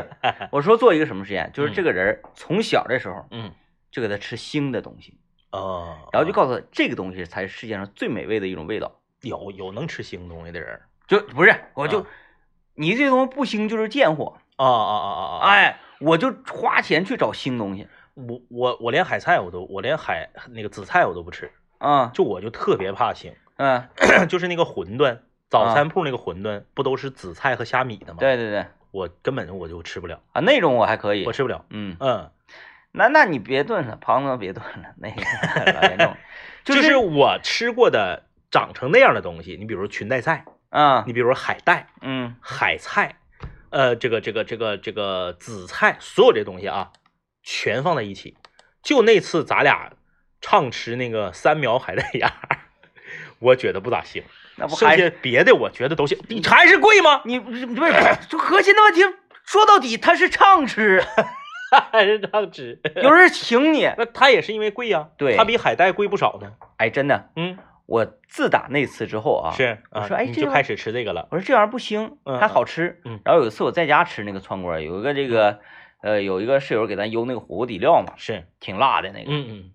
Speaker 2: 我说做一个什么实验，就是这个人儿从小的时候
Speaker 1: 嗯嗯，
Speaker 2: 就给他吃腥的东西，
Speaker 1: 哦，
Speaker 2: 然后就告诉他这个东西才是世界上最美味的一种味道。
Speaker 1: 有有能吃腥东西的人儿，
Speaker 2: 就不是，我就、
Speaker 1: 啊
Speaker 2: 你这东西不腥就是贱货，
Speaker 1: 啊啊啊啊啊！，
Speaker 2: 哎，我就花钱去找腥东西
Speaker 1: 我我我连海菜我都我连海那个紫菜我都不吃，
Speaker 2: 嗯
Speaker 1: 就我就特别怕腥，
Speaker 2: 嗯，
Speaker 1: 就是那个馄饨，早餐铺那个馄饨不都是紫菜和虾米的吗？，
Speaker 2: 啊对对对
Speaker 1: 我根本我就吃不了，
Speaker 2: 啊，那种我还可以
Speaker 1: 我，吃不了。
Speaker 2: 嗯，
Speaker 1: 嗯，
Speaker 2: 那那你别炖了，庞总别炖了，那个 老严重了，
Speaker 1: 就是是我吃过的长成那样的东西，你比如裙带菜，
Speaker 2: 啊，
Speaker 1: 你比如海带、
Speaker 2: 嗯
Speaker 1: 海菜，呃，这个这个这个这个紫菜，所有这东西啊，全放在一起。就那次咱俩畅吃那个三苗海带芽儿， 我觉得不咋行，
Speaker 2: 那不
Speaker 1: 剩
Speaker 2: 还
Speaker 1: 下别的我觉得都行。你还是贵吗？
Speaker 2: 你不是不是就核心的问题，说到底他是畅吃，
Speaker 1: 还是畅吃？
Speaker 2: 有人请你，
Speaker 1: 那它也是因为贵呀、
Speaker 2: 对
Speaker 1: 它比海带贵不少呢。
Speaker 2: 哎，真的，
Speaker 1: 嗯，
Speaker 2: 我自打那次之后啊，
Speaker 1: 是，
Speaker 2: 我
Speaker 1: 啊
Speaker 2: 说哎
Speaker 1: 你
Speaker 2: 这
Speaker 1: 就
Speaker 2: 个
Speaker 1: 开始吃这个了。
Speaker 2: 我说这玩意儿不腥，
Speaker 1: 嗯
Speaker 2: 还好吃。
Speaker 1: 嗯
Speaker 2: 然后有一次我在家吃那个川锅，有一个这个，呃，有一个室友给咱邮那个火锅底料嘛，
Speaker 1: 是，
Speaker 2: 挺辣的那个。
Speaker 1: 嗯嗯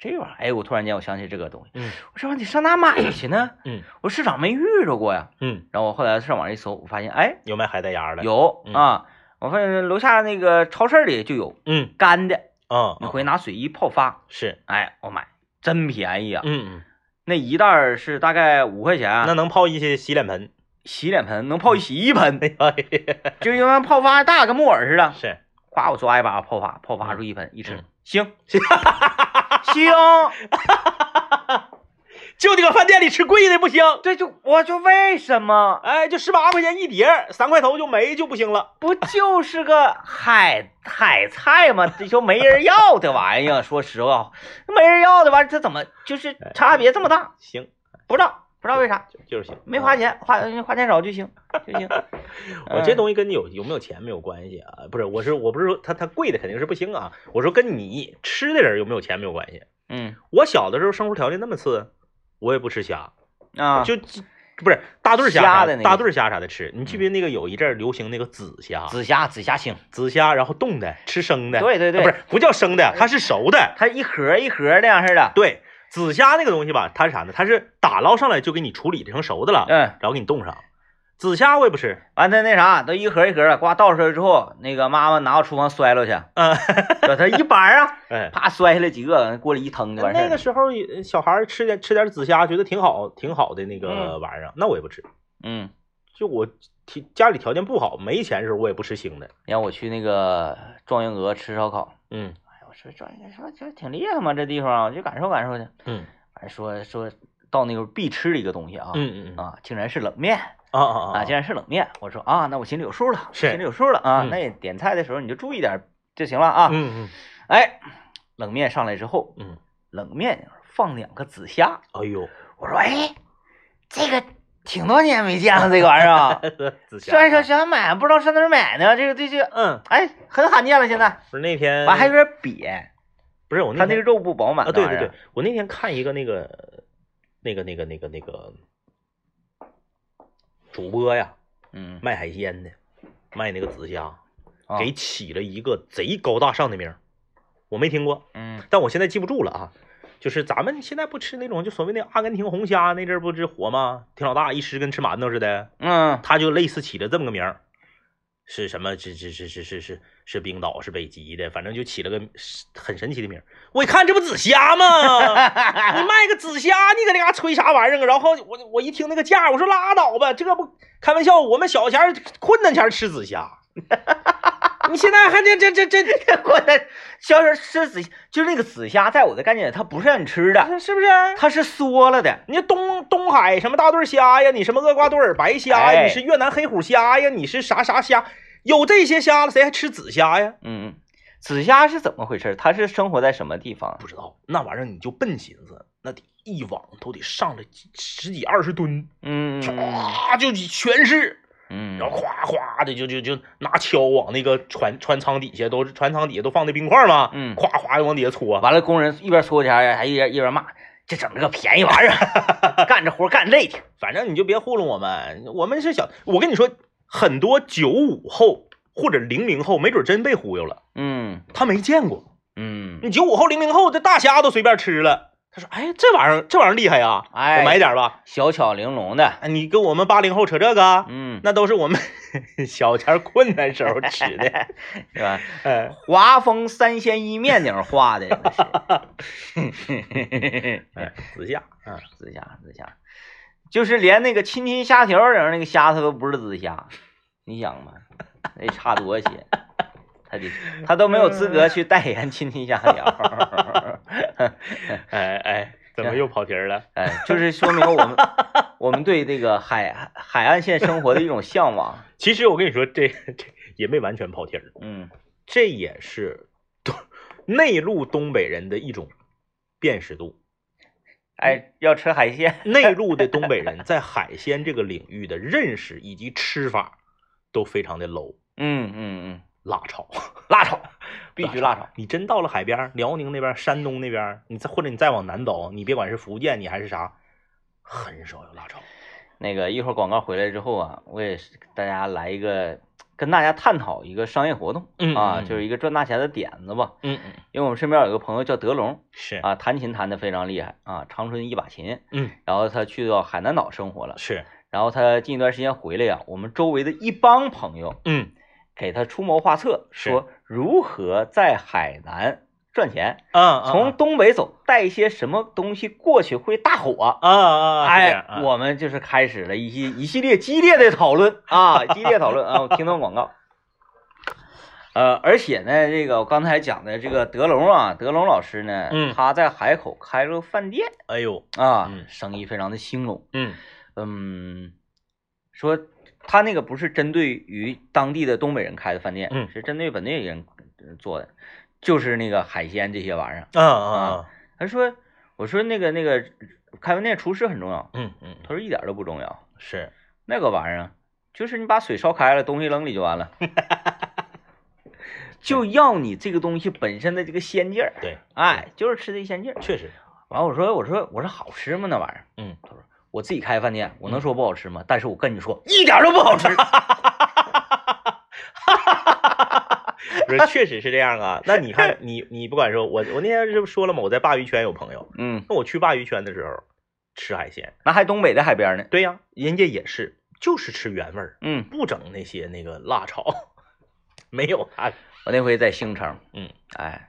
Speaker 2: 这玩意儿，哎，我突然间我想起这个东西，
Speaker 1: 嗯
Speaker 2: 我说你上哪买去呢？
Speaker 1: 嗯，
Speaker 2: 我市场没遇着过呀。
Speaker 1: 嗯，
Speaker 2: 然后我后来上网一搜，我发现哎
Speaker 1: 有卖海带芽儿的，，
Speaker 2: 有、
Speaker 1: 嗯
Speaker 2: 啊，我发现楼下那个超市里就有
Speaker 1: 嗯
Speaker 2: 干的，
Speaker 1: 啊，
Speaker 2: 你
Speaker 1: 嗯
Speaker 2: 回拿水一泡发，
Speaker 1: 是，
Speaker 2: 哎，我买真便宜啊，
Speaker 1: 嗯，嗯
Speaker 2: 那一袋儿是大概五块钱，啊
Speaker 1: 那能泡一些洗脸盆，
Speaker 2: 洗脸盆能泡一洗衣盆，
Speaker 1: 哎
Speaker 2: 就因为泡发大跟木耳似的。
Speaker 1: 是，
Speaker 2: 夸我抓一把泡发，泡发出一盆一吃
Speaker 1: 嗯，
Speaker 2: 行行，
Speaker 1: 就得搁饭店里吃贵的不行，
Speaker 2: 对，就我就为什么
Speaker 1: 哎，就十八块钱一碟儿，三块头就没就不行了。
Speaker 2: 不就是个海海菜吗？这就没人要的玩意儿，说实话，没人要的玩意儿，它怎么就是差别这么大？
Speaker 1: 行，
Speaker 2: 不知道不知道为啥，
Speaker 1: 就就是行，
Speaker 2: 没花
Speaker 1: 钱。
Speaker 2: 钱，花花钱少就行就行。 嗯
Speaker 1: 我这东西跟你有有没有钱没有关系啊，不是，我是我不是说它它贵的肯定是不行啊，我说跟你吃的人有没有钱没有关系。
Speaker 2: 嗯
Speaker 1: 我小的时候生活条件那么次，我也不吃虾，
Speaker 2: 啊，
Speaker 1: 就就不是大对儿虾
Speaker 2: 虾
Speaker 1: 啥
Speaker 2: 的那个
Speaker 1: 大对儿虾啥的吃。你记不记得那个有一阵儿流行那个紫虾，
Speaker 2: 紫霞紫霞星，
Speaker 1: 紫虾然后冻的吃生的，
Speaker 2: 啊对对
Speaker 1: 啊
Speaker 2: 对，
Speaker 1: 不是不叫生的，它是熟的。
Speaker 2: 它一盒一盒那样似的，
Speaker 1: 对，紫虾那个东西吧，它是啥呢？它是打捞上来就给你处理成熟的了，
Speaker 2: 嗯，
Speaker 1: 然后给你冻上。紫虾我也不吃，
Speaker 2: 完它那啥都一盒一盒的，呱倒出来之后，那个妈妈拿到厨房摔了去，
Speaker 1: 嗯，
Speaker 2: 把它一板啊。
Speaker 1: 哎，
Speaker 2: 啪摔下来几个，锅里一腾就完事
Speaker 1: 那
Speaker 2: 儿
Speaker 1: 个
Speaker 2: 了。
Speaker 1: 时候也小孩儿吃点吃点紫虾，觉得挺好挺好的那个
Speaker 2: 嗯
Speaker 1: 玩意儿，那我也不吃。
Speaker 2: 嗯，
Speaker 1: 就我提家里条件不好，没钱的时候我也不吃腥的。
Speaker 2: 然后我去那个壮阳阁吃烧烤，
Speaker 1: 嗯
Speaker 2: 哎，我说壮阳阁说这挺厉害嘛，这地方我去感受感受去。
Speaker 1: 嗯
Speaker 2: 完说说到那个必吃的一个东西啊，
Speaker 1: 嗯嗯嗯
Speaker 2: 啊，竟然是冷面
Speaker 1: 啊啊啊
Speaker 2: 啊，竟然是冷面。我说啊，那我心里有数了，
Speaker 1: 是
Speaker 2: 心里有数了啊。
Speaker 1: 嗯
Speaker 2: 那点菜的时候你就注意点儿就行了啊。
Speaker 1: 嗯嗯
Speaker 2: 哎，冷面上来之后，
Speaker 1: 嗯，
Speaker 2: 冷面放两个紫虾，
Speaker 1: 哎呦，
Speaker 2: 我说哎，这个挺多年没见了，这个玩意儿啊。
Speaker 1: 紫虾。
Speaker 2: 这这想买，不知道上哪儿买呢？这个这这，
Speaker 1: 嗯，
Speaker 2: 哎，很罕见了。现在
Speaker 1: 啊不是那天，
Speaker 2: 完还有点瘪，
Speaker 1: 不是我
Speaker 2: 它
Speaker 1: 那
Speaker 2: 那个
Speaker 1: 天
Speaker 2: 肉不饱
Speaker 1: 嗯
Speaker 2: 满。
Speaker 1: 啊，对对对，，我那天看一个那个那个那个那个那个主播呀，
Speaker 2: 嗯，
Speaker 1: 卖海鲜的，卖那个紫虾，
Speaker 2: 啊
Speaker 1: 给起了一个贼高大上的名儿，我没听过，
Speaker 2: 嗯
Speaker 1: 但我现在记不住了啊。就是咱们现在不吃那种，就所谓那阿根廷红虾那阵儿不是火吗？挺老大，一吃跟吃馒头似的。
Speaker 2: 嗯
Speaker 1: 他就类似起了这么个名儿，是什么？是是是是是是是冰岛，是北极的，反正就起了个很神奇的名儿。我一看这不紫虾吗？你卖个紫虾，你搁那嘎吹啥玩意儿啊？然后我我一听那个价，我说拉倒吧，这不开玩笑，我们小前儿困难前儿吃紫虾，你现在还这这这这
Speaker 2: 我的小时候吃紫，就是那个紫虾，在我的概念里，它不是让你吃的，
Speaker 1: 是不是？
Speaker 2: 它是缩了的。
Speaker 1: 你东东海什么大对虾呀，你什么厄瓜多尔白虾呀，
Speaker 2: 哎
Speaker 1: 你是越南黑虎虾呀，你是啥啥虾？有这些虾了，谁还吃紫虾呀？
Speaker 2: 嗯，紫虾是怎么回事？它是生活在什么地方？
Speaker 1: 不知道那玩意儿你就笨寻思，那得一网都得上来几十几二十吨，
Speaker 2: 嗯
Speaker 1: 唰就几全是，
Speaker 2: 嗯，
Speaker 1: 然后夸夸的就就就拿锹往那个船船舱底下都是船舱底下都放那冰块嘛，
Speaker 2: 嗯
Speaker 1: 夸夸就往底下搓，
Speaker 2: 完了，工人一边搓钱儿还一边一边骂，这整这个便宜玩意儿，啊干这活干累挺。
Speaker 1: 反正你就别糊弄我们，我们是小，我跟你说，很多九五后或者零零后，没准真被忽悠了，
Speaker 2: 嗯
Speaker 1: 他没见过，
Speaker 2: 嗯
Speaker 1: 你九五后零零后这大虾都随便吃了，他说：“哎，这玩意儿这玩意儿厉害呀，
Speaker 2: 哎
Speaker 1: 我买一点吧。
Speaker 2: 小巧玲珑的，
Speaker 1: 哎你跟我们八零后扯这个啊，
Speaker 2: 嗯，
Speaker 1: 那都是我们 小钱儿困难时候吃 的。
Speaker 2: 是吧？
Speaker 1: 哎
Speaker 2: 华丰三鲜意面顶画的，这是，
Speaker 1: 哎，子夏，嗯，
Speaker 2: 紫霞紫霞，就是连那个亲亲虾条顶上那个虾，它都不是紫虾，你想吧，那差多些。他得，他都没有资格去代言亲亲虾条，
Speaker 1: 哎哎，怎么又跑题儿了？
Speaker 2: 哎，就是说明 我们我们对这个海海岸线生活的一种向往。
Speaker 1: 其实我跟你说，这这也没完全跑题儿，
Speaker 2: 嗯，
Speaker 1: 这也是东内陆东北人的一种辨识度。
Speaker 2: 哎，要吃海鲜，
Speaker 1: 内陆的东北人在海鲜这个领域的认识以及吃法都非常的 low，
Speaker 2: 嗯嗯
Speaker 1: 辣 炒。
Speaker 2: 嗯，辣炒，必须辣炒。
Speaker 1: 你真到了海边儿，辽宁那边儿、山东那边儿，你再或者你再往南走，你别管是福建你还是啥，很少有辣炒。
Speaker 2: 那个一会儿广告回来之后啊，我也是给大家来一个跟大家探讨一个商业活动
Speaker 1: 嗯
Speaker 2: 啊，
Speaker 1: 嗯
Speaker 2: 就是一个赚大钱的点子吧。
Speaker 1: 嗯嗯，
Speaker 2: 因为我们身边有一个朋友叫德龙
Speaker 1: 是，
Speaker 2: 啊，弹琴弹得非常厉害啊，长春一把琴。
Speaker 1: 嗯
Speaker 2: 然后他去到海南岛生活了，
Speaker 1: 是，
Speaker 2: 然后他近一段时间回来呀、我们周围的一帮朋友
Speaker 1: 嗯
Speaker 2: 给他出谋划策，
Speaker 1: 是
Speaker 2: 说如何在海南赚钱，
Speaker 1: 啊，
Speaker 2: 嗯从东北走，带一些什么东西过去会大火。
Speaker 1: 啊啊，
Speaker 2: 哎，我们就是开始了一系一系列激烈的讨论啊，激烈讨论啊，我听到广告。呃，而且呢，这个我刚才讲的这个德龙啊，德龙老师呢，
Speaker 1: 嗯
Speaker 2: 他在海口开了饭店
Speaker 1: 哎呦，
Speaker 2: 啊，
Speaker 1: 嗯
Speaker 2: 生意非常的兴隆。
Speaker 1: 嗯
Speaker 2: 嗯，说他那个不是针对于当地的东北人开的饭店，
Speaker 1: 嗯
Speaker 2: 是针对本地人呃做的，就是那个海鲜这些玩意儿。
Speaker 1: 啊啊，
Speaker 2: 他说，我说那个那个开饭店厨师很重要，
Speaker 1: 嗯嗯
Speaker 2: 他说一点儿都不重要。
Speaker 1: 是，
Speaker 2: 那个玩意儿，就是你把水烧开了，东西扔里就完 了。就要你这个东西本身的这个鲜劲儿，
Speaker 1: 对，
Speaker 2: 哎，就是吃这鲜劲儿。
Speaker 1: 确实，
Speaker 2: 完，我说我说我说好吃吗？那玩意儿，
Speaker 1: 嗯
Speaker 2: 我自己开饭店，我能说不好吃吗？但是我跟你说，嗯一点儿都不好吃。
Speaker 1: 不是，确实是这样啊。那你看，你你不管说，我我那天是不是说了吗？我在鲅鱼圈有朋友，
Speaker 2: 嗯，
Speaker 1: 那我去鲅鱼圈的时候吃海鲜，
Speaker 2: 那还东北的海边呢。
Speaker 1: 对呀、人家也是，就是吃原味儿，
Speaker 2: 嗯，
Speaker 1: 不整那些那个辣炒，没有辣。
Speaker 2: 我那回在兴城，
Speaker 1: 嗯，
Speaker 2: 哎，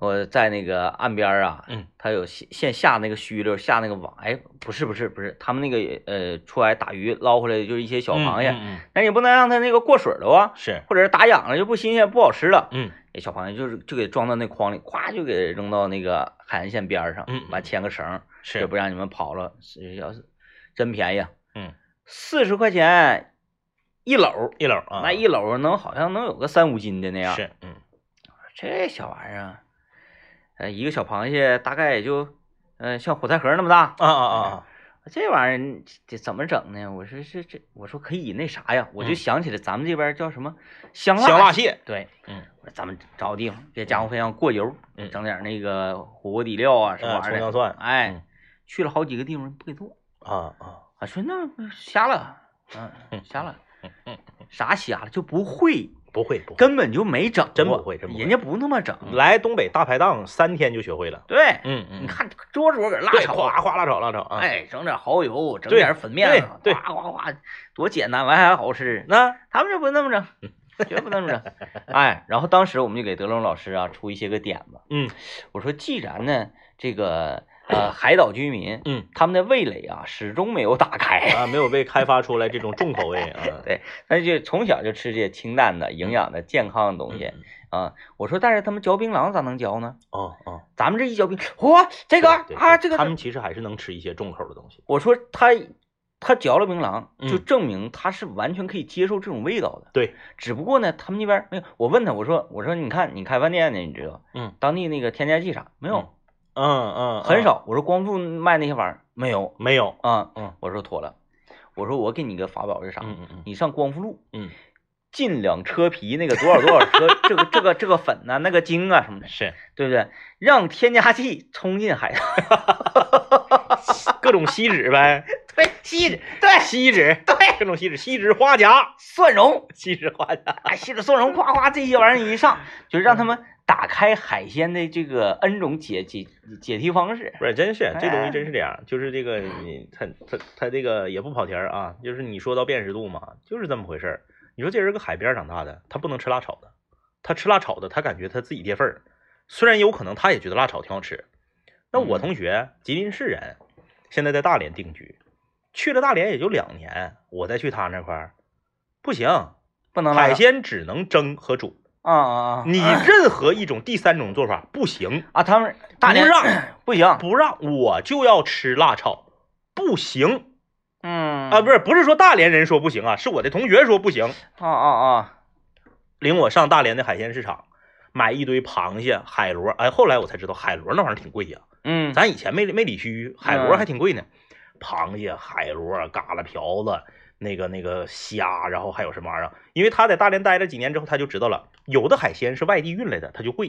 Speaker 2: 我在那个岸边儿啊，
Speaker 1: 嗯，
Speaker 2: 他有现现下那个须溜，下那个网，哎，不是不是不是，他们那个呃出来打鱼捞回来的就是一些小螃蟹，
Speaker 1: 嗯嗯嗯
Speaker 2: 那你不能让它那个过水了啊，
Speaker 1: 是，
Speaker 2: 或者是打痒了就不新鲜不好吃了。
Speaker 1: 嗯
Speaker 2: 那小螃蟹就是就给装到那筐里，咵就给扔到那个海岸线边儿上
Speaker 1: 嗯，嗯
Speaker 2: 完牵个绳儿，
Speaker 1: 是
Speaker 2: 这不让你们跑了。是要是真便宜啊，
Speaker 1: 嗯，
Speaker 2: 四十块钱一篓儿，
Speaker 1: 一篓儿啊，
Speaker 2: 那一篓儿能好像能有个三五斤的那样。
Speaker 1: 是，嗯
Speaker 2: 这小玩意儿，啊呃，一个小螃蟹大概也就，呃，像火柴盒那么大，
Speaker 1: 啊啊啊啊，
Speaker 2: 这玩意儿这怎么整呢？我说是这，我说可以那啥呀，我就
Speaker 1: 嗯
Speaker 2: 想起来咱们这边叫什么香嗯辣
Speaker 1: 香辣
Speaker 2: 蟹，
Speaker 1: 蟹，
Speaker 2: 对，
Speaker 1: 嗯，
Speaker 2: 我说咱们找个地方，这家伙非常过油，
Speaker 1: 嗯
Speaker 2: 整点那个火锅底料啊什么
Speaker 1: 呃，
Speaker 2: 玩
Speaker 1: 葱
Speaker 2: 意儿
Speaker 1: 姜
Speaker 2: 的，
Speaker 1: 蒜嗯
Speaker 2: 哎，去了好几个地方不给做，
Speaker 1: 啊啊，
Speaker 2: 我说那瞎了， 嗯，瞎了
Speaker 1: 嗯嗯，
Speaker 2: 啥瞎了就不会，
Speaker 1: 不会不会，
Speaker 2: 根本就没整过，
Speaker 1: 真不会真不会
Speaker 2: 人家不那么整，
Speaker 1: 来东北大排档三天就学会了。
Speaker 2: 对，
Speaker 1: 嗯嗯，
Speaker 2: 你看桌桌搁辣
Speaker 1: 对，
Speaker 2: 炒，
Speaker 1: 哗哗辣炒辣炒啊，，
Speaker 2: 哎，整点蚝油，整
Speaker 1: 对
Speaker 2: 点粉面子，
Speaker 1: 对对
Speaker 2: 哗哗哗，多简单，完还好吃。
Speaker 1: 那
Speaker 2: 他们这不那么整，
Speaker 1: 嗯
Speaker 2: 绝不那 么整。哎，然后当时我们就给德龙老师啊出一些个点子。
Speaker 1: 嗯
Speaker 2: 我说，既然呢，这个呃海岛居民
Speaker 1: 嗯
Speaker 2: 他们的味蕾啊始终没有打开，，
Speaker 1: 啊，没有被开发出来这种重口味啊
Speaker 2: 对，那就从小就吃这些清淡的、营养的、健康的东西
Speaker 1: 嗯
Speaker 2: 啊。我说，但是他们嚼槟榔咋能嚼呢？
Speaker 1: 哦哦，
Speaker 2: 咱们这一嚼槟，哇，这个
Speaker 1: 对对
Speaker 2: 啊，
Speaker 1: 对
Speaker 2: 这个
Speaker 1: 他们其实还是能吃一些重口的东西。
Speaker 2: 我说他他嚼了槟榔，
Speaker 1: 嗯
Speaker 2: 就证明他是完全可以接受这种味道的。
Speaker 1: 对，
Speaker 2: 只不过呢，他们那边没有。我问他，我说我说你看你开饭店呢，你知道，
Speaker 1: 嗯，
Speaker 2: 当地那个添加剂啥没有，
Speaker 1: 嗯嗯，
Speaker 2: 很
Speaker 1: 嗯
Speaker 2: 少。我说光复卖那些玩意儿没有
Speaker 1: 没有。
Speaker 2: 啊，
Speaker 1: 嗯，
Speaker 2: 我说妥了，我说我给你个法宝是啥？
Speaker 1: 嗯嗯嗯
Speaker 2: 你上光复路，
Speaker 1: 嗯，
Speaker 2: 进两车皮那个多少多少车，这个这个这个粉呐、那个精啊什么的，
Speaker 1: 是
Speaker 2: 对不对？让添加剂冲进海洋，
Speaker 1: 各种锡纸呗。
Speaker 2: 对，锡纸，对，
Speaker 1: 锡纸，
Speaker 2: 对，
Speaker 1: 各种锡纸，锡纸花甲，
Speaker 2: 蒜蓉，
Speaker 1: 锡纸花甲，
Speaker 2: 哎，锡纸蒜蓉，夸夸这些玩意儿一上，就是
Speaker 1: 嗯
Speaker 2: 让他们打开海鲜的这个 N 种解解解题方式。
Speaker 1: 不是，真是这东
Speaker 2: 哎
Speaker 1: 西真是这样，就是这个你他他他这个也不跑题儿啊，就是你说到辨识度嘛，就是这么回事儿。你说这人搁海边长大的，他不能吃辣炒的，他吃辣炒的，他感觉他自己跌份儿。虽然有可能他也觉得辣炒挺好吃，那我
Speaker 2: 嗯
Speaker 1: 同学吉林市人，现在在大连定居，去了大连也就两年，我再去他那块儿不行，
Speaker 2: 不能
Speaker 1: 海
Speaker 2: 海鲜
Speaker 1: 鲜只能蒸和煮，
Speaker 2: 啊啊啊！
Speaker 1: 你任何一种第三种做法不行，
Speaker 2: 啊，他们大连
Speaker 1: 不 让啊
Speaker 2: 不行，
Speaker 1: 不让我就要吃辣炒，不行
Speaker 2: 嗯
Speaker 1: 啊！不是不是说大连人说不行啊，是我的同学说不行，
Speaker 2: 啊啊啊！
Speaker 1: 领我上大连的海鲜市场买一堆螃蟹、海螺，哎，后来我才知道海螺那玩意儿挺贵呀、
Speaker 2: 嗯，
Speaker 1: 咱以前没没理虚，海螺
Speaker 2: 嗯
Speaker 1: 还挺贵呢，螃蟹、海螺、嘎啦瓢子。那个那个虾，然后还有什么玩意儿？啊因为他在大连待了几年之后，他就知道了，有的海鲜是外地运来的，它就贵；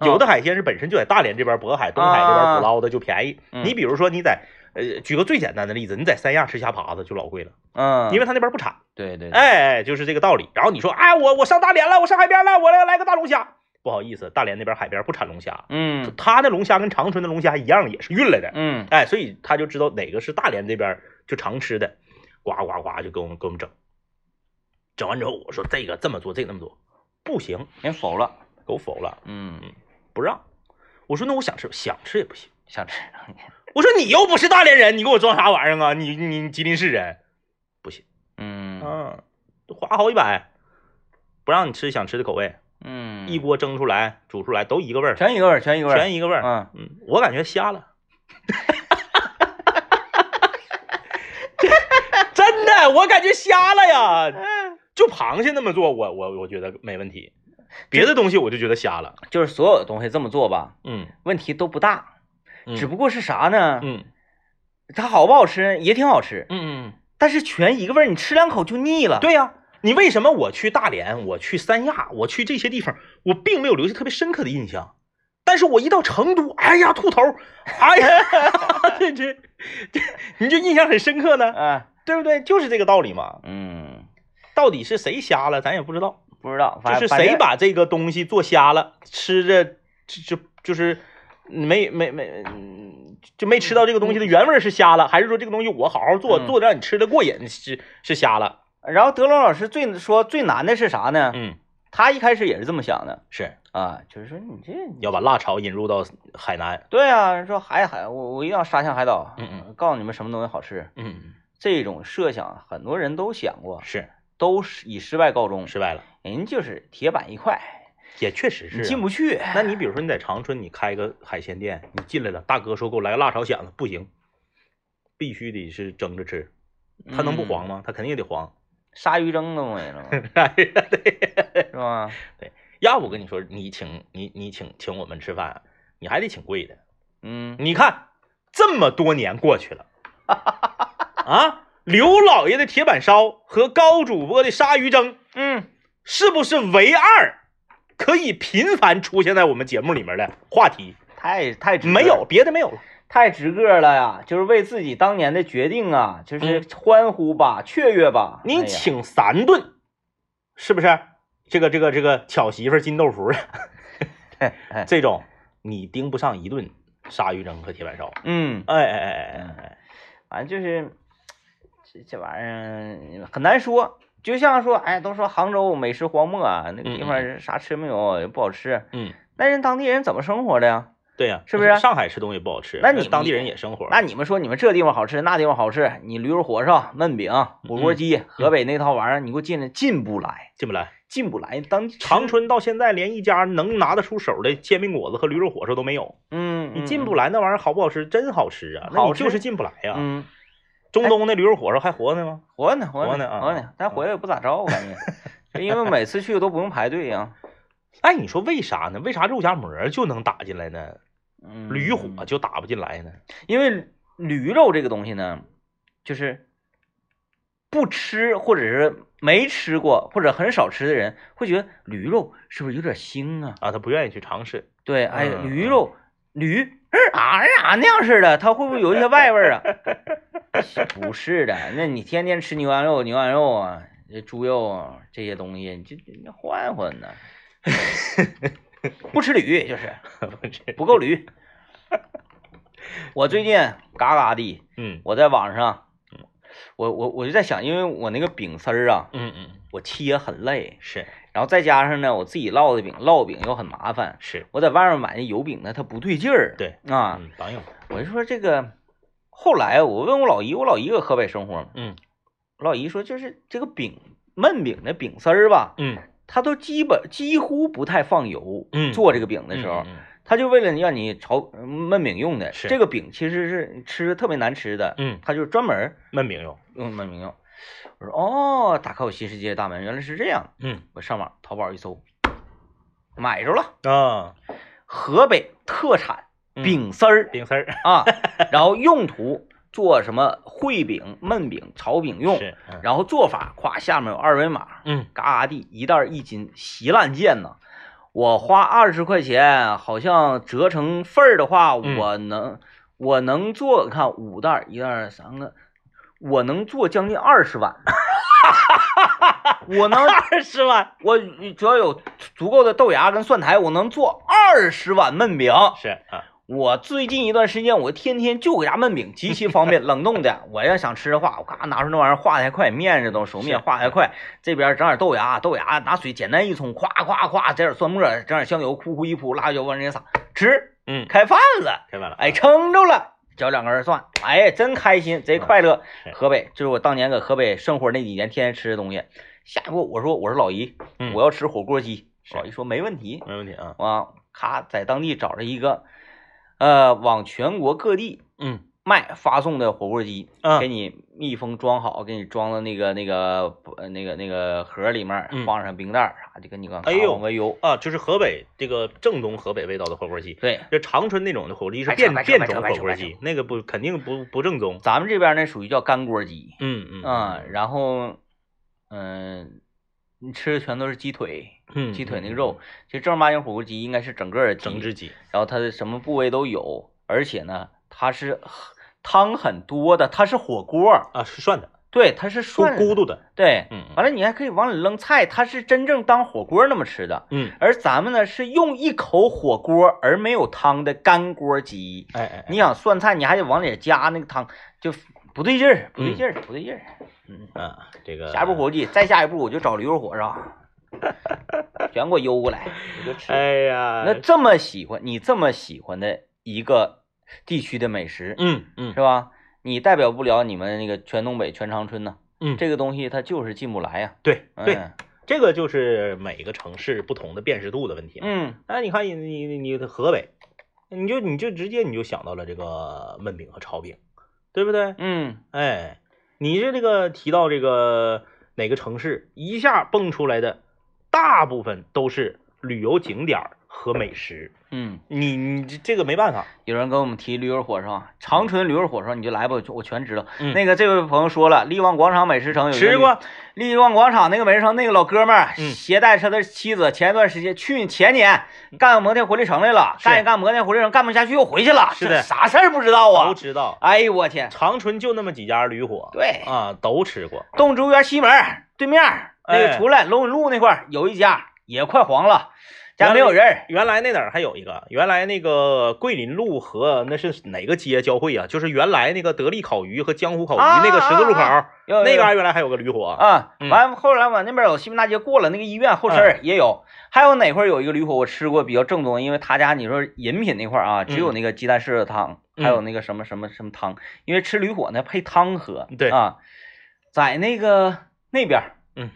Speaker 2: 嗯
Speaker 1: 有的海鲜是本身就在大连这边渤海、东海这边
Speaker 2: 啊
Speaker 1: 捕捞的，就便宜。
Speaker 2: 嗯
Speaker 1: 你比如说，你在呃，举个最简单的例子，你在三亚吃虾爬子就老贵了，
Speaker 2: 嗯，
Speaker 1: 因为他那边不产。
Speaker 2: 对对，对，
Speaker 1: 哎，就是这个道理。然后你说，哎，我我上大连了，我上海边了，我要来个大龙虾。不好意思，大连那边海边不产龙虾，
Speaker 2: 嗯
Speaker 1: 他那龙虾跟长春的龙虾一样，也是运来的。
Speaker 2: 嗯
Speaker 1: 哎，所以他就知道哪个是大连这边就常吃的，呱呱呱就给我们给我们整。整完之后，我说这个这么做，这个那么做，不行，
Speaker 2: 人否了，
Speaker 1: 给我否了，
Speaker 2: 嗯，
Speaker 1: 不让。我说那我想吃，想吃也不行。
Speaker 2: 想吃，
Speaker 1: 我说你又不是大连人，你给我装啥玩意儿啊？你你你吉林市人，
Speaker 2: 嗯
Speaker 1: 嗯，花好几百，不让你吃想吃的口味，
Speaker 2: 嗯，
Speaker 1: 一锅蒸出来、煮出来都一个味儿，
Speaker 2: 全一个味儿，全一个味儿，
Speaker 1: 全一个味儿。
Speaker 2: 嗯，
Speaker 1: 嗯，我感觉瞎了。 真的，我感觉瞎了呀！
Speaker 2: 嗯
Speaker 1: 就螃蟹那么做，我我我觉得没问题，别的东西我就觉得瞎了。
Speaker 2: 就是所有东西这么做吧，
Speaker 1: 嗯，
Speaker 2: 问题都不大，
Speaker 1: 嗯
Speaker 2: 只不过是啥呢？
Speaker 1: 嗯
Speaker 2: 它好不好吃也挺好吃，
Speaker 1: 嗯嗯，
Speaker 2: 但是全一个味儿，你吃两口就腻了。，
Speaker 1: 对呀、你为什么我去大连，我去三亚，我去这些地方，我并没有留下特别深刻的印象，但是我一到成都，哎呀，秃头，哎呀， 这这这，你就印象很深刻呢，
Speaker 2: 啊，
Speaker 1: 对不对？就是这个道理嘛。
Speaker 2: 嗯，
Speaker 1: 到底是谁瞎了，咱也不知道，
Speaker 2: 不知道，
Speaker 1: 就
Speaker 2: 反
Speaker 1: 是
Speaker 2: 反
Speaker 1: 谁
Speaker 2: 正
Speaker 1: 把这个东西做瞎了，吃着就就就是没没没。嗯就没吃到这个东西的原味儿是瞎了，还是说这个东西我好好做，
Speaker 2: 嗯
Speaker 1: 做的让你吃的过瘾是是瞎了？
Speaker 2: 然后德龙老师最说最难的是啥呢？
Speaker 1: 嗯，
Speaker 2: 他一开始也是这么想的
Speaker 1: 是。
Speaker 2: 啊，就是说你这
Speaker 1: 要把辣炒引入到海南。
Speaker 2: 对啊，说海海，我我一定要杀向海岛，
Speaker 1: 嗯嗯
Speaker 2: 告诉你们什么东西好吃。
Speaker 1: 嗯，
Speaker 2: 这种设想很多人都想过，
Speaker 1: 是
Speaker 2: 都是以失败告终。
Speaker 1: 失败了，
Speaker 2: 人就是铁板一块，
Speaker 1: 也确实是、啊
Speaker 2: 你进。不去。
Speaker 1: 那你比如说你在长春，你开个海鲜店，你进来了，大哥说给我来个辣炒蚬子，不行，必须得是蒸着吃，他能不黄吗？他肯定也得 黄。
Speaker 2: 嗯鲨鱼蒸都没 了嘛，
Speaker 1: 哎呀，对。
Speaker 2: 是吧？
Speaker 1: 要不我跟你说，你请你你请请我们吃饭，你还得请贵的。
Speaker 2: 嗯，
Speaker 1: 你看这么多年过去了， 啊，刘老爷的铁板烧和高主播的鲨鱼蒸，
Speaker 2: 嗯，
Speaker 1: 是不是唯二可以频繁出现在我们节目里面的话题？
Speaker 2: 太太直个
Speaker 1: 没有，别的没有了。
Speaker 2: 太直个了呀，就是为自己当年的决定啊，就是
Speaker 1: 嗯
Speaker 2: 欢呼吧，雀跃吧。哎
Speaker 1: 你
Speaker 2: 呀
Speaker 1: 请三顿，是不是？这个这个这个巧媳妇儿金豆腐
Speaker 2: 哎哎
Speaker 1: 这种，你盯不上一顿鲨鱼蒸和铁板烧。
Speaker 2: 嗯，
Speaker 1: 哎哎哎哎哎哎，
Speaker 2: 反正就是这这玩意儿很难说。就像说，哎，都说杭州美食荒漠啊，那个地方啥吃没有，也不好吃。
Speaker 1: 嗯，
Speaker 2: 那人当地人怎么生活的呀？
Speaker 1: 对呀、
Speaker 2: 是不是
Speaker 1: 上海吃东西不好吃，
Speaker 2: 那你
Speaker 1: 当地人也生活。
Speaker 2: 那你们说你们这地方好吃，那地方好吃，你驴肉火烧、焖饼、
Speaker 1: 嗯
Speaker 2: 火锅鸡，河北那套玩意儿，你给我进来进不来，
Speaker 1: 进不来。
Speaker 2: 进不来。当地吃
Speaker 1: 长，春到现在连一家能拿得出手的煎饼果子和驴肉火烧都没有，
Speaker 2: 嗯，
Speaker 1: 你进不来那玩意儿好不好吃？真好吃啊！那
Speaker 2: 好
Speaker 1: 你
Speaker 2: 吃
Speaker 1: 就是进不来呀、
Speaker 2: 嗯，嗯，
Speaker 1: 中东那驴肉火烧还活呢吗？
Speaker 2: 活呢，活
Speaker 1: 活
Speaker 2: 呢
Speaker 1: 呢，啊
Speaker 2: 活呢，但活也不咋着，我感觉， 就因为每次去都不用排队呀。
Speaker 1: 哎，你说为啥呢？为啥肉夹馍就能打进来呢？
Speaker 2: 嗯
Speaker 1: 驴火就打不进来呢？
Speaker 2: 因为驴肉这个东西呢，就是不吃或者是没吃过或者很少吃的人，会觉得驴肉是不是有点腥啊？
Speaker 1: 啊，他不愿意去尝试。
Speaker 2: 对，哎，
Speaker 1: 嗯
Speaker 2: 驴肉驴。嗯啊嗯啊那样似的，它会不会有一些外味儿啊？不是的，那你天天吃牛羊肉、牛羊肉啊，这猪肉啊这些东西，你这你换 换呢。不吃驴就是不 够驴。我最近嘎嘎的，
Speaker 1: 嗯
Speaker 2: 我在网上，我我我就在想，因为我那个饼丝儿啊，
Speaker 1: 嗯嗯，
Speaker 2: 我切很累，
Speaker 1: 是
Speaker 2: 然后再加上呢，我自己烙的饼，烙饼又很麻烦，
Speaker 1: 是，
Speaker 2: 我在外面买那油饼呢，它不对劲儿。
Speaker 1: 对
Speaker 2: 啊，
Speaker 1: 嗯，榜样，
Speaker 2: 我就说这个，后来我问我老姨，我老姨搁河北生活嘛，
Speaker 1: 嗯
Speaker 2: 我老姨说就是这个饼焖饼的饼丝儿吧，
Speaker 1: 嗯
Speaker 2: 她都基本几乎不太放油。
Speaker 1: 嗯，
Speaker 2: 做这个饼的时候，
Speaker 1: 嗯，嗯
Speaker 2: 她就为了让你炒焖饼用的。
Speaker 1: 是
Speaker 2: 这个饼其实是吃着特别难吃的，
Speaker 1: 嗯
Speaker 2: 她就是专门
Speaker 1: 嗯焖饼用，
Speaker 2: 用焖饼用。我说哦，打开我新世界的大门，原来是这样。
Speaker 1: 嗯
Speaker 2: 我上网淘宝一搜，买着了，
Speaker 1: 啊，
Speaker 2: 河北特产
Speaker 1: 嗯
Speaker 2: 饼丝儿。
Speaker 1: 饼丝儿
Speaker 2: 啊，然后用途做什么烩饼、焖饼、炒饼 用，
Speaker 1: 是，嗯
Speaker 2: 然后做法，咵，下面有二维码，
Speaker 1: 嗯
Speaker 2: 嘎嘎地一袋一斤，稀烂贱呐！我花二十块钱，好像折成份儿的话，
Speaker 1: 嗯
Speaker 2: 我能我能做，你看五袋，一袋三个，我能做将近二十碗，我能
Speaker 1: 二十万
Speaker 2: 我只要有足够的豆芽跟蒜苔，我能做二十碗焖饼。
Speaker 1: 是
Speaker 2: 哦
Speaker 1: 啊，
Speaker 2: 我最近一段时间，我天天就给家焖饼，极其方 便，冷冻的。我要想吃的话，我咔拿出那玩意儿化的还快，面这都熟
Speaker 1: 是
Speaker 2: 面化的还快。这边整点豆芽，豆芽拿水简单一冲，夸夸夸，整点蒜末，整点香油，呼呼一扑，辣椒往人家撒，吃
Speaker 1: 嗯，
Speaker 2: 开饭了，
Speaker 1: 开饭了，
Speaker 2: 哎，撑着了。嚼两根蒜，哎，真开心，贼快乐。
Speaker 1: 嗯是
Speaker 2: 河北就是我当年搁河北生活那几年，天天吃的东西。下一步我说我说老姨，
Speaker 1: 嗯
Speaker 2: 我要吃火锅鸡。
Speaker 1: 是
Speaker 2: 老姨说没问题，
Speaker 1: 没问题啊，
Speaker 2: 啊，咔在当地找着一个，呃，往全国各地
Speaker 1: 嗯
Speaker 2: 卖发送的火锅鸡，
Speaker 1: 啊
Speaker 2: 给你密封装好，给你装到那个那个呃那个那个盒里面
Speaker 1: 嗯，
Speaker 2: 放上冰袋儿啥，就跟你刚
Speaker 1: 哎呦
Speaker 2: 哎呦，
Speaker 1: 啊，就是河北这个正宗河北味道的火锅鸡，
Speaker 2: 对，
Speaker 1: 就长春那种的火锅鸡是
Speaker 2: 白扯
Speaker 1: 变
Speaker 2: 白扯
Speaker 1: 变
Speaker 2: 白扯
Speaker 1: 种
Speaker 2: 白
Speaker 1: 火
Speaker 2: 扯
Speaker 1: 锅
Speaker 2: 白
Speaker 1: 鸡，那个不肯定不不正宗，
Speaker 2: 咱们这边呢属于叫干锅鸡，
Speaker 1: 嗯嗯
Speaker 2: 啊，然后嗯，你吃的全都是鸡腿。
Speaker 1: 嗯
Speaker 2: 鸡腿那个肉，其实正儿八经火锅鸡应该是整个儿鸡
Speaker 1: 整只鸡，
Speaker 2: 然后它的什么部位都有，而且呢，它是很汤很多的，它是火锅儿，
Speaker 1: 啊，是涮的，
Speaker 2: 对，它是
Speaker 1: 咕
Speaker 2: 涮
Speaker 1: 咕
Speaker 2: 的，
Speaker 1: 嘟的，
Speaker 2: 对，
Speaker 1: 嗯嗯
Speaker 2: 完了你还可以往里扔菜，它是真正当火锅那么吃的，
Speaker 1: 嗯，
Speaker 2: 而咱们呢是用一口火锅而没有汤的干锅鸡，
Speaker 1: 哎哎，
Speaker 2: 你想涮菜你还得往里加那个汤，就不对劲儿，不对劲儿，不对劲儿。
Speaker 1: 啊，这个
Speaker 2: 下一步火锅鸡，再下一步我就找驴肉火烧，全给我邮过来，我就吃。
Speaker 1: 哎呀，
Speaker 2: 那这么喜欢你这么喜欢的一个地区的美食，
Speaker 1: 嗯嗯
Speaker 2: 是吧？你代表不了你们那个全东北、全长春呐、
Speaker 1: 嗯，
Speaker 2: 这个东西它就是进不来呀、
Speaker 1: 对对，
Speaker 2: 嗯
Speaker 1: 这个就是每个城市不同的辨识度的问题。，
Speaker 2: 嗯，
Speaker 1: 那你看你你你你河北，你就你就直接你就想到了这个焖饼和炒饼，对不对？
Speaker 2: 嗯，
Speaker 1: 哎，你是这个提到这个哪个城市，一下蹦出来的大部分都是旅游景点儿和美食，
Speaker 2: 嗯，
Speaker 1: 你你这这个没办法。
Speaker 2: 有人跟我们提驴肉火烧，啊长春驴肉火烧，你就来吧，我全我全知道。
Speaker 1: 嗯
Speaker 2: 那个这位朋友说了，力旺广场美食城有一个
Speaker 1: 吃过，
Speaker 2: 力旺广场那个美食城那个老哥们儿，
Speaker 1: 嗯
Speaker 2: 携带他的妻子，前一段时间去前年干摩天活力城来了，
Speaker 1: 是
Speaker 2: 干一干摩天活力城干不下去又回去了，
Speaker 1: 是的
Speaker 2: 这啥事儿不知道
Speaker 1: 都
Speaker 2: 啊？
Speaker 1: 知道，
Speaker 2: 哎呦我天，
Speaker 1: 长春就那么几家驴火，
Speaker 2: 对，
Speaker 1: 啊，都吃过。
Speaker 2: 动植物园西门儿对面儿那
Speaker 1: 哎
Speaker 2: 个出来龙井路那块儿有一家也快黄了，家
Speaker 1: 原来
Speaker 2: 没有人儿，
Speaker 1: 原来那哪儿还有一个，原来那个桂林路和那是哪个街交汇啊？就是原来那个得利烤鱼和江湖烤鱼
Speaker 2: 啊
Speaker 1: 那个十字路口，
Speaker 2: 啊有有
Speaker 1: 那
Speaker 2: 有
Speaker 1: 边原来还有个驴火
Speaker 2: 啊
Speaker 1: 嗯，
Speaker 2: 完后来往那边有西门大街过了那个医院后身儿也有，还有哪块儿有一个驴火我吃过比较正宗，因为他家你说饮品那块儿啊，只有那个鸡蛋柿子汤，
Speaker 1: 嗯
Speaker 2: 还有那个什么什么什么汤，因为吃驴火呢配汤喝，
Speaker 1: 嗯对
Speaker 2: 啊，在那个那边儿，
Speaker 1: 嗯，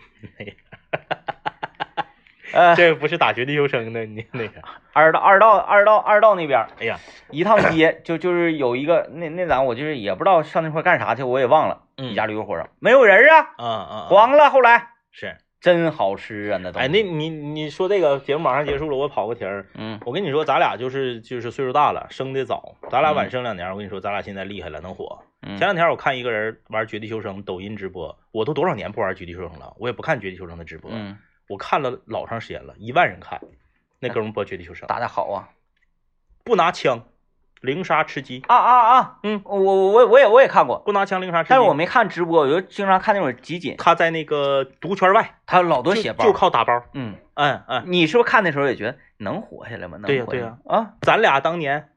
Speaker 2: 呃，
Speaker 1: 这不是打学地修生的，你 那个，啊
Speaker 2: 二道二道二道二道那边儿
Speaker 1: 哎呀，
Speaker 2: 一趟街就就是有一个那那咱我就是也不知道上那块儿干啥去，我也忘了，
Speaker 1: 嗯
Speaker 2: 一家驴肉火烧没有人儿啊，
Speaker 1: 啊啊，啊
Speaker 2: 黄了，后来
Speaker 1: 是，
Speaker 2: 真好吃啊那东西，
Speaker 1: 哎，那你你说这个节目马上结束了，我跑个题儿。
Speaker 2: 嗯。
Speaker 1: 我跟你说，咱俩就是就是岁数大了，生的早，咱俩晚生两年。我跟你说，咱俩现在厉害了，能火。
Speaker 2: 嗯
Speaker 1: 前两天我看一个人玩绝地求生抖音直播，我都多少年不玩绝地求生了，我也不看绝地求生的直播。
Speaker 2: 嗯，
Speaker 1: 我看了老长时间了，一万人看，那哥们儿播《绝地求生》，
Speaker 2: 打的好啊，
Speaker 1: 不拿枪，零杀吃鸡，
Speaker 2: 啊啊啊！
Speaker 1: 嗯，
Speaker 2: 我我我我也我也看过，
Speaker 1: 不拿枪零杀吃鸡。
Speaker 2: 但是我没看直播，我就经常看那种集锦，
Speaker 1: 他在那个毒圈外，
Speaker 2: 他有老多
Speaker 1: 就
Speaker 2: 血包。
Speaker 1: 就靠打包。
Speaker 2: 嗯，
Speaker 1: 嗯嗯，
Speaker 2: 你是不是看的时候也觉得能活下来吗？能
Speaker 1: 对呀
Speaker 2: 活下
Speaker 1: 对
Speaker 2: 来
Speaker 1: 呀
Speaker 2: 啊，
Speaker 1: 咱俩当年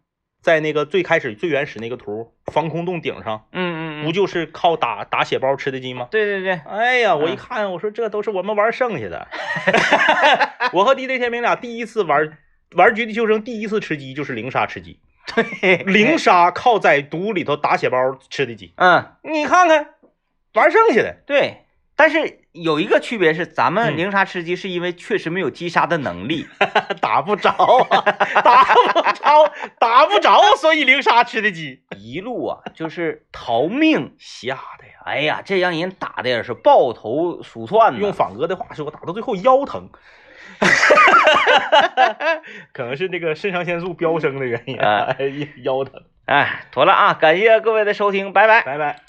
Speaker 1: 在那个最开始最原始那个图防空洞顶上，
Speaker 2: 嗯嗯
Speaker 1: 不
Speaker 2: 嗯，
Speaker 1: 就是靠打打血包吃的鸡吗？
Speaker 2: 对对对，
Speaker 1: 哎呀，我一
Speaker 2: 嗯
Speaker 1: 看，我说这都是我们玩剩下的。 我和 DJ 天明俩第一次玩玩绝地求生，第一次吃鸡就是零杀吃鸡， 零杀靠在毒里头打血包吃的鸡。
Speaker 2: 嗯
Speaker 1: 你看看，玩剩下的，
Speaker 2: 对。但是有一个区别是，咱们
Speaker 1: 嗯
Speaker 2: 零杀吃鸡是因为确实没有击杀的能力，
Speaker 1: 打不着啊， 打不着，打不着，所以零杀吃的鸡。
Speaker 2: 一路啊就是逃命。
Speaker 1: 吓的呀！
Speaker 2: 哎呀，这让人打的也是抱头鼠窜
Speaker 1: 用
Speaker 2: 呢。
Speaker 1: 仿哥的话说，打到最后腰 疼，可能是这个肾上腺素飙升的原因，
Speaker 2: 啊
Speaker 1: 哎腰疼。
Speaker 2: 哎，妥了啊！感谢各位的收听，拜拜。
Speaker 1: 拜拜。